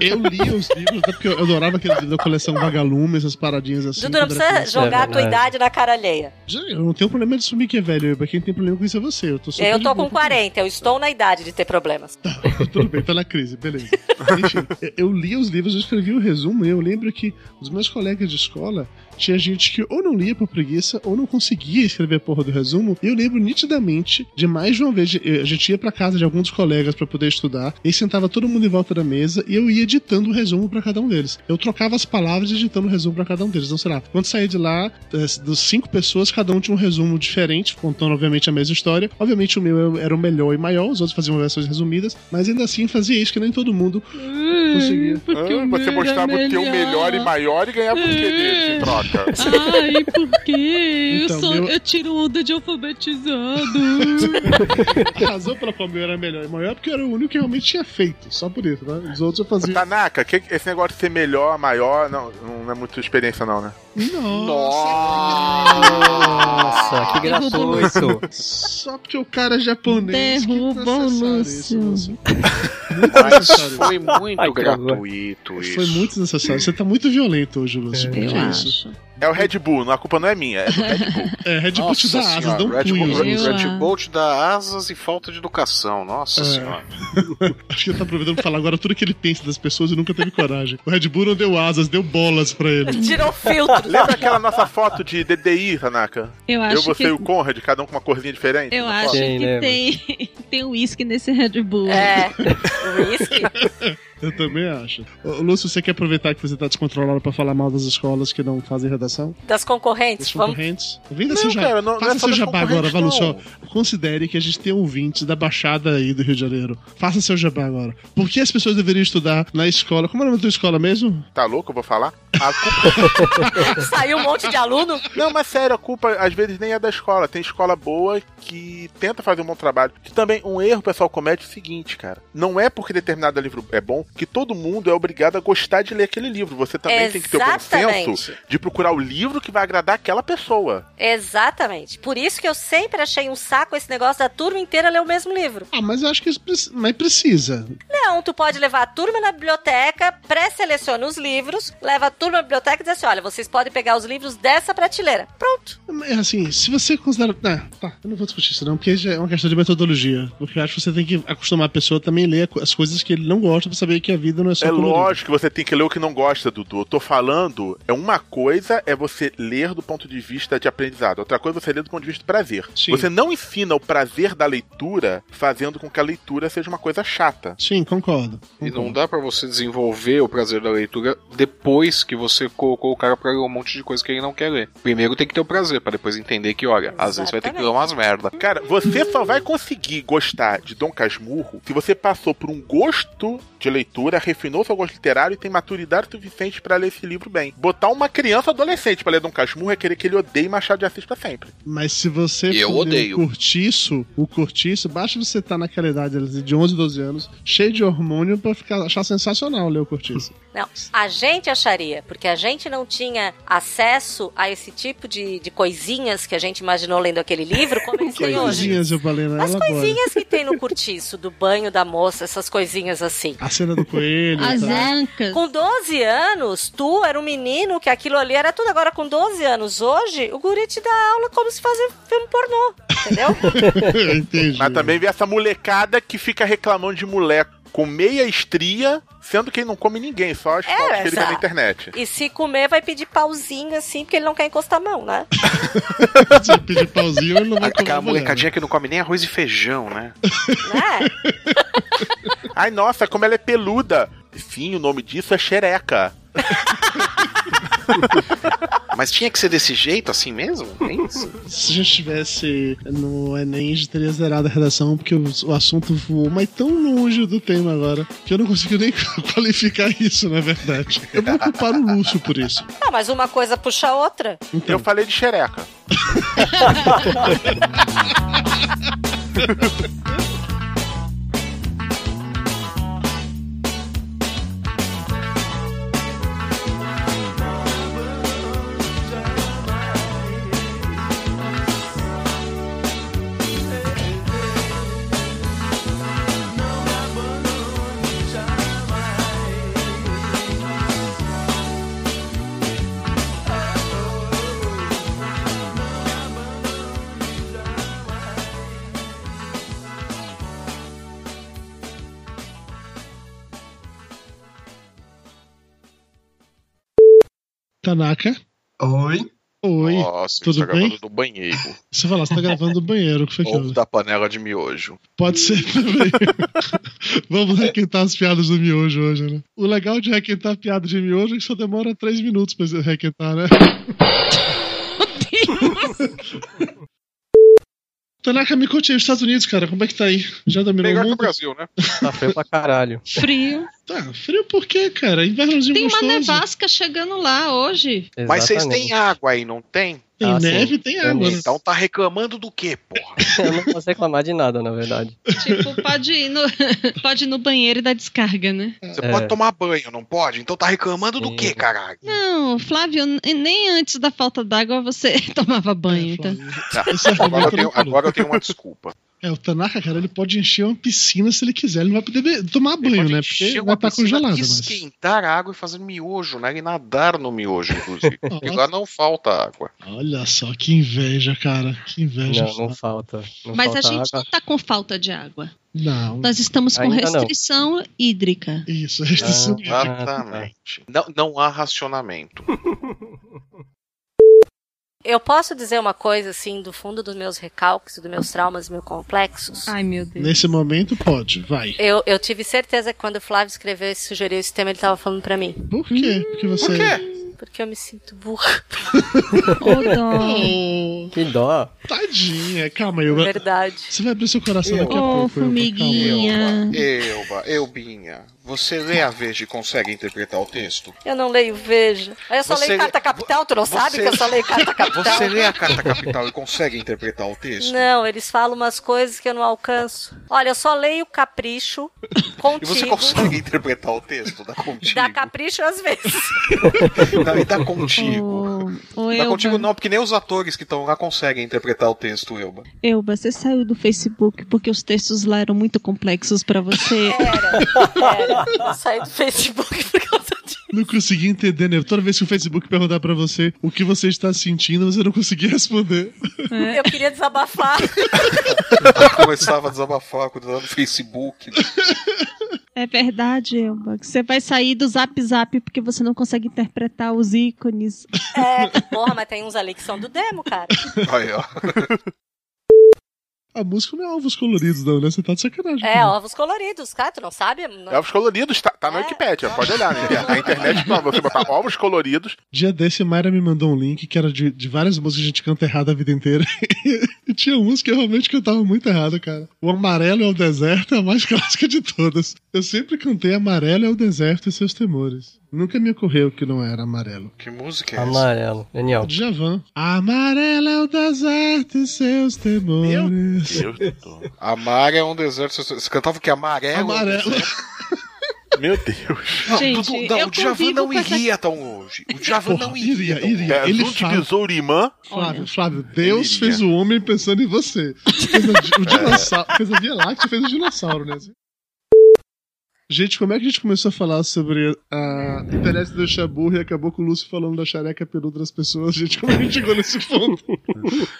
S2: eu li os livros, até porque eu adorava aqueles livros da coleção Vagalume, essas paradinhas assim.
S3: Dudu, não
S2: quando era
S3: precisa
S2: criança.
S3: jogar a tua idade na cara alheia.
S2: Eu não tenho problema de assumir que é velho, pra quem tem problema com isso é você. Eu tô super
S3: Eu
S2: de
S3: tô
S2: boa
S3: com 40, eu estou na idade de ter problemas.
S2: Tudo bem, tá na crise, beleza. Enfim, eu li os livros, eu escrevi o resumo e eu lembro que os meus colegas de escola tinha gente que ou não lia por preguiça ou não conseguia escrever a porra do resumo. E eu lembro nitidamente de mais de uma vez, de- eh, a gente ia pra casa de alguns dos colegas pra poder estudar e sentava todo mundo em volta da mesa e eu ia editando o resumo pra cada um deles. Eu trocava as palavras e editando o resumo pra cada um deles. Então, sei lá, quando saía de lá, das- dos cinco pessoas, cada um tinha um resumo diferente, contando, obviamente, a mesma história. Obviamente, o meu era o melhor e maior, os outros faziam versões resumidas, mas ainda assim fazia isso, que nem todo mundo conseguia.
S5: Ah, você mostrava o teu melhor e maior e ganhava o quê dele em troca?
S4: Ai, por quê?
S2: Então,
S4: eu, sou,
S2: meu-
S4: eu tiro onda de alfabetizado.
S2: A razão pela qual o meu era melhor e maior é porque eu era o único que realmente tinha feito, só por isso, né? Os outros eu fazia.
S5: Tanaka, que- esse negócio de ser melhor, maior, não, não é muito experiência, não, né?
S2: Nossa,
S5: que gratuito.
S2: Só porque o cara é japonês. é Derrubou o Lúcio.
S6: Mas foi muito
S2: Ai, que
S6: gratuito isso.
S2: Foi muito desnecessário. Você tá muito violento hoje, Lúcio. Por que isso?
S5: É o Red Bull, não, a culpa não é minha, é do Red Bull.
S2: É, Red Bull te dá
S6: Nossa
S2: asas, dá um
S6: senhora, Red
S2: punho.
S6: Bull,
S2: Lúcio.
S6: Red Bull te dá asas e falta de educação, nossa
S2: É.
S6: senhora.
S2: Acho que ele tá aproveitando pra falar agora tudo que ele pensa das pessoas e nunca teve coragem. O Red Bull não deu asas, deu bolas pra ele.
S5: Lembra aquela nossa foto de DDI, Tanaka?
S4: Eu acho
S5: você
S4: que-
S5: e o Conrad, cada um com uma corzinha diferente?
S4: Eu
S5: na
S4: acho
S5: foto?
S4: que tem, tem uísque nesse Red Bull.
S3: É, uísque.
S2: Eu também acho. Ô, Lúcio, você quer aproveitar que você tá descontrolado pra falar mal das escolas que não fazem redação?
S3: Das concorrentes, vamos.
S2: Concorrentes? Vem
S3: Não,
S2: seu jabá.
S3: cara, não- não é
S2: Faça
S3: só
S2: seu
S3: das
S2: jabá agora, vai,
S3: concorrentes,
S2: Lúcio. Considere que a gente tem ouvintes da Baixada aí do Rio de Janeiro. Faça seu jabá agora. Por que as pessoas deveriam estudar na escola? Como é o nome da tua escola mesmo?
S5: Tá louco? Eu vou falar? A culpa...
S3: Saiu um monte de aluno?
S5: Não, mas sério, a culpa às vezes nem é da escola. Tem escola boa que tenta fazer um bom trabalho. Que também um erro, pessoal, comete é o seguinte, cara. Não é porque determinado livro é bom que todo mundo é obrigado a gostar de ler aquele livro. Você também tem que ter o bom
S3: Exatamente.
S5: senso de procurar o livro que vai agradar aquela pessoa.
S3: Exatamente. Por isso que eu sempre achei um saco esse negócio da turma inteira ler o mesmo livro.
S2: Ah, mas eu acho que isso preci- mas precisa.
S3: Não, Então, tu pode levar a turma na biblioteca, pré-seleciona os livros, leva a turma na biblioteca e diz assim: olha, vocês podem pegar os livros dessa prateleira. Pronto.
S2: É assim, se você considera. Ah, tá, eu não vou discutir isso não, porque já é uma questão de metodologia. Porque eu acho que você tem que acostumar a pessoa também a ler as coisas que ele não gosta pra saber que a vida não é só
S5: É
S2: colorida.
S5: lógico que você tem que ler o que não gosta, Dudu. Eu tô falando, é uma coisa é você ler do ponto de vista de aprendizado, outra coisa é você ler do ponto de vista de prazer. Você não ensina o prazer da leitura fazendo com que a leitura seja uma coisa chata.
S2: Sim, concordo.
S6: E não dá pra você desenvolver o prazer da leitura depois que você colocou o cara pra ler um monte de coisa que ele não quer ler. Primeiro tem que ter o prazer, pra depois entender que, olha, às vezes vai ter que ler umas merda.
S5: Cara, você só vai conseguir gostar de Dom Casmurro se você passou por um gosto de leitura, refinou seu gosto literário e tem maturidade suficiente pra ler esse livro bem. Botar uma criança adolescente pra ler Dom Casmurro é querer que ele odeie Machado de Assis pra sempre.
S2: Mas se você
S5: Eu
S2: for ler
S5: odeio.
S2: o cortiço, o cortiço, basta você estar naquela idade ali de 11, 12 anos, cheio de hormônio, pra ficar, achar sensacional ler o cortiço.
S3: Não, a gente acharia, porque a gente não tinha acesso a esse tipo de, de coisinhas que a gente imaginou lendo aquele livro, como eles têm hoje.
S2: Coisinhas, eu falei, né?
S3: As
S2: Ela agora.
S3: coisinhas que tem no cortiço, do banho da moça, essas coisinhas assim.
S2: A cena do coelho. tá?
S4: é.
S3: Com 12 anos, tu era um menino que aquilo ali era tudo. Agora, com 12 anos hoje, o guri te dá aula como se fazer filme pornô.
S2: Entendi.
S5: Mas também vê essa molecada que fica reclamando de moleque com meia estria, sendo que ele não come ninguém, só as fotos que ele vê
S3: essa-
S5: na internet.
S3: E se comer, vai pedir pauzinho assim, porque ele não quer encostar a mão, né?
S2: Se pedir pauzinho, ele não vai
S6: Aquela molecadinha que não come nem arroz e feijão, né?
S5: Ai, nossa, como ela é peluda. Sim, o nome disso é xereca.
S6: Mas tinha que ser desse jeito, assim mesmo? É isso?
S2: Se a gente é estivesse no Enem, a gente teria zerado a redação, porque o, o assunto voou, mas tão longe do tema agora, que eu não consigo nem qualificar isso, na verdade. Eu vou culpar o Lúcio por isso.
S3: Ah, mas uma coisa puxa a outra.
S5: Eu falei de xereca.
S2: Tanaka.
S14: Oi.
S2: Oi.
S6: Nossa,
S2: tudo
S6: ele tá
S2: bem?
S6: gravando do banheiro.
S2: Você fala, você tá gravando do banheiro, o que foi que
S6: Ou
S2: houve?
S6: da panela de miojo.
S2: Pode ser também. Vamos requentar as piadas do miojo hoje, né? O legal de requentar a piada de miojo é que só demora 3 minutos pra requentar, né? Tanaka, me conte aí, os Estados Unidos, cara, como é que tá aí? Já dominou
S5: Melhor
S2: o
S5: que o
S2: mundo?
S5: Brasil, né?
S7: Tá feio pra caralho.
S4: Frio.
S2: Tá, frio por quê, cara? Invernozinho
S4: Tem uma
S2: gostoso.
S4: nevasca chegando lá hoje.
S6: Mas vocês têm água aí, não tem?
S2: Tem Ah, neve, sim. tem água, né?
S6: Então tá reclamando do quê, porra?
S7: Eu não posso reclamar de nada, na verdade.
S4: Tipo, pode ir, no, pode ir no banheiro e dar descarga, né?
S6: Você
S7: É.
S6: pode tomar banho, não pode? Então tá reclamando do quê, caralho?
S4: Não, Flávio, n- nem antes da falta d'água você tomava
S2: É,
S4: banho, tá?
S6: Tá,
S2: Esse
S6: agora, eu
S2: argumento
S6: tenho,
S2: não colou.
S6: agora eu tenho uma desculpa.
S2: É, o Tanaka, cara, ele pode encher uma piscina se ele quiser, ele não vai poder be- tomar banho, né? Porque vai estar congelado. Mas...
S6: esquentar a água e fazer miojo, né? E nadar no miojo, inclusive. Porque lá não falta água.
S2: Olha só, que inveja, cara. Que inveja.
S7: Não, não falta. Não
S4: Mas a
S7: falta
S4: gente
S7: água.
S4: não tá com falta de água.
S2: Não.
S3: Tá
S4: Nós estamos com
S6: Ainda não.
S4: restrição hídrica.
S2: Isso,
S7: Ah,
S2: é
S6: Exatamente. Não, não há racionamento.
S3: Eu posso dizer uma coisa, assim, do fundo dos meus recalques, dos meus traumas, meus complexos?
S4: Ai, meu Deus.
S2: Nesse momento, pode, vai.
S3: Eu, eu tive certeza que quando o Flávio escreveu e sugeriu esse tema, ele tava falando pra mim.
S2: Por quê? Porque você.
S3: Hum, Por quê? Porque eu me sinto burra.
S6: um
S2: Oh,
S7: Que dó.
S2: Tadinha, calma aí. Eu...
S3: Verdade.
S2: Você vai abrir seu coração daqui a
S6: Oh,
S2: pouco. Elba,
S4: formiguinha.
S6: Euba, Eubinha, você lê a vez e consegue interpretar o texto?
S3: Eu não leio, veja. Aí Eu só
S6: Você-
S3: leio carta capital, tu não sabe
S6: você-
S3: que eu só leio carta capital?
S6: Você lê a carta capital e consegue interpretar o texto?
S3: Não, eles falam umas coisas que eu não alcanço. Olha, eu só leio capricho
S6: E você
S3: contigo.
S6: consegue interpretar o texto da contigo?
S3: Dá capricho às vezes.
S6: Não, e dá contigo.
S4: Ô, Elba.
S6: dá Tipo, tá contigo não, porque nem os atores que estão lá conseguem interpretar o texto, Euba.
S4: Elba, você saiu do Facebook porque os textos lá eram muito complexos pra você.
S3: Era, era. Eu saí do Facebook por causa disso.
S2: Não consegui entender, né? Toda vez que o Facebook perguntar pra você o que você está sentindo, você não conseguia responder.
S3: Eu queria desabafar.
S6: Começava a desabafar quando tava no Facebook. né?
S4: É verdade, Elba. Você vai sair do Zap Zap porque você não consegue interpretar os ícones.
S3: É, porra, mas tem uns ali que são do demo, cara.
S6: Aí, ó.
S2: A música não é ovos coloridos, não, né? Você tá de sacanagem.
S3: É, ovos coloridos, cara, tu não sabe? Não-
S5: Ovos coloridos, tá, tá na Wikipedia, pode olhar. Né? A internet, pra você botar ovos coloridos,
S2: Dia desse, a Mayra me mandou um link que era de, de várias músicas que a gente canta errado a vida inteira. e tinha uns que eu realmente cantava muito errado, cara. O Amarelo é o Deserto é a mais clássica de todas. Eu sempre cantei Amarelo é o Deserto e Seus Temores. Nunca me ocorreu que não era amarelo.
S6: Que música é essa?
S7: Amarelo. Daniel.
S2: Djavan. Amarelo é o deserto e seus temores.
S6: Amar é um deserto. Você cantava o que? Amarelo?
S2: Amarelo.
S5: Meu Deus.
S6: Não,
S4: Gente,
S6: Dudu, não,
S4: eu
S6: o Djavan
S4: convivo
S6: não
S4: com essa-
S5: é
S6: iria tão longe. O Djavan
S5: um
S2: Porra,
S6: não iria. tão
S2: iria,
S6: longe.
S2: iria. Ele fala-
S5: besourimã.
S2: Flávio, Flávio, Deus fez o homem pensando em você. Fez a- o dinossauro, fez a Via Láctea, fez o dinossauro, né? Gente, como é que a gente começou a falar sobre a internet do Xaburro e acabou com o Lúcio falando da xareca peluda das pessoas? Gente, como é que a gente chegou nesse ponto?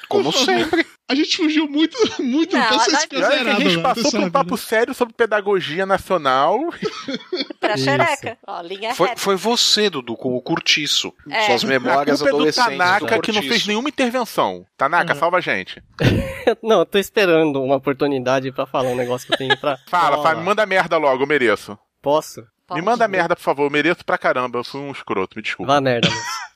S5: Como
S2: Por favor.
S5: sempre.
S2: A gente fugiu muito, muito.
S3: Não,
S2: então
S3: a-
S2: vocês
S3: a-
S2: ficam
S5: Olha que a
S2: zerados
S5: gente
S2: agora,
S5: passou
S2: tu
S5: por um
S2: sabe,
S5: papo
S2: né?
S5: sério sobre pedagogia nacional.
S3: Pra
S6: Isso.
S3: xereca. Ó, linha
S6: Foi,
S3: reta.
S6: foi você, Dudu, com o Curtiço.
S3: É.
S6: Suas memórias
S5: a culpa é do
S6: adolescentes.
S5: Tanaka
S6: do
S5: que não
S6: Cortiço.
S5: fez nenhuma intervenção. Tanaka, salva a gente.
S7: Não, eu tô esperando uma oportunidade pra falar um negócio que eu tenho pra.
S5: Fala, fala, me manda merda logo, eu mereço.
S7: Posso?
S5: Me manda merda, por favor. Eu mereço pra caramba. Eu fui um escroto, me desculpa.
S7: Vá merda.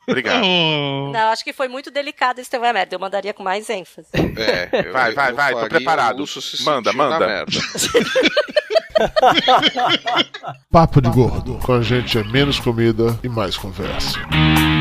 S5: Obrigado.
S3: Não, acho que foi muito delicado esse teu vai merda. Eu mandaria com mais ênfase.
S6: É, eu-
S5: vai, vai,
S6: eu
S5: vai, tô
S6: faria
S5: preparado.
S6: o Lúcio se
S5: Manda,
S6: sentir na
S5: manda.
S6: merda.
S2: Papo de Gordo. Com a gente é menos comida e mais conversa.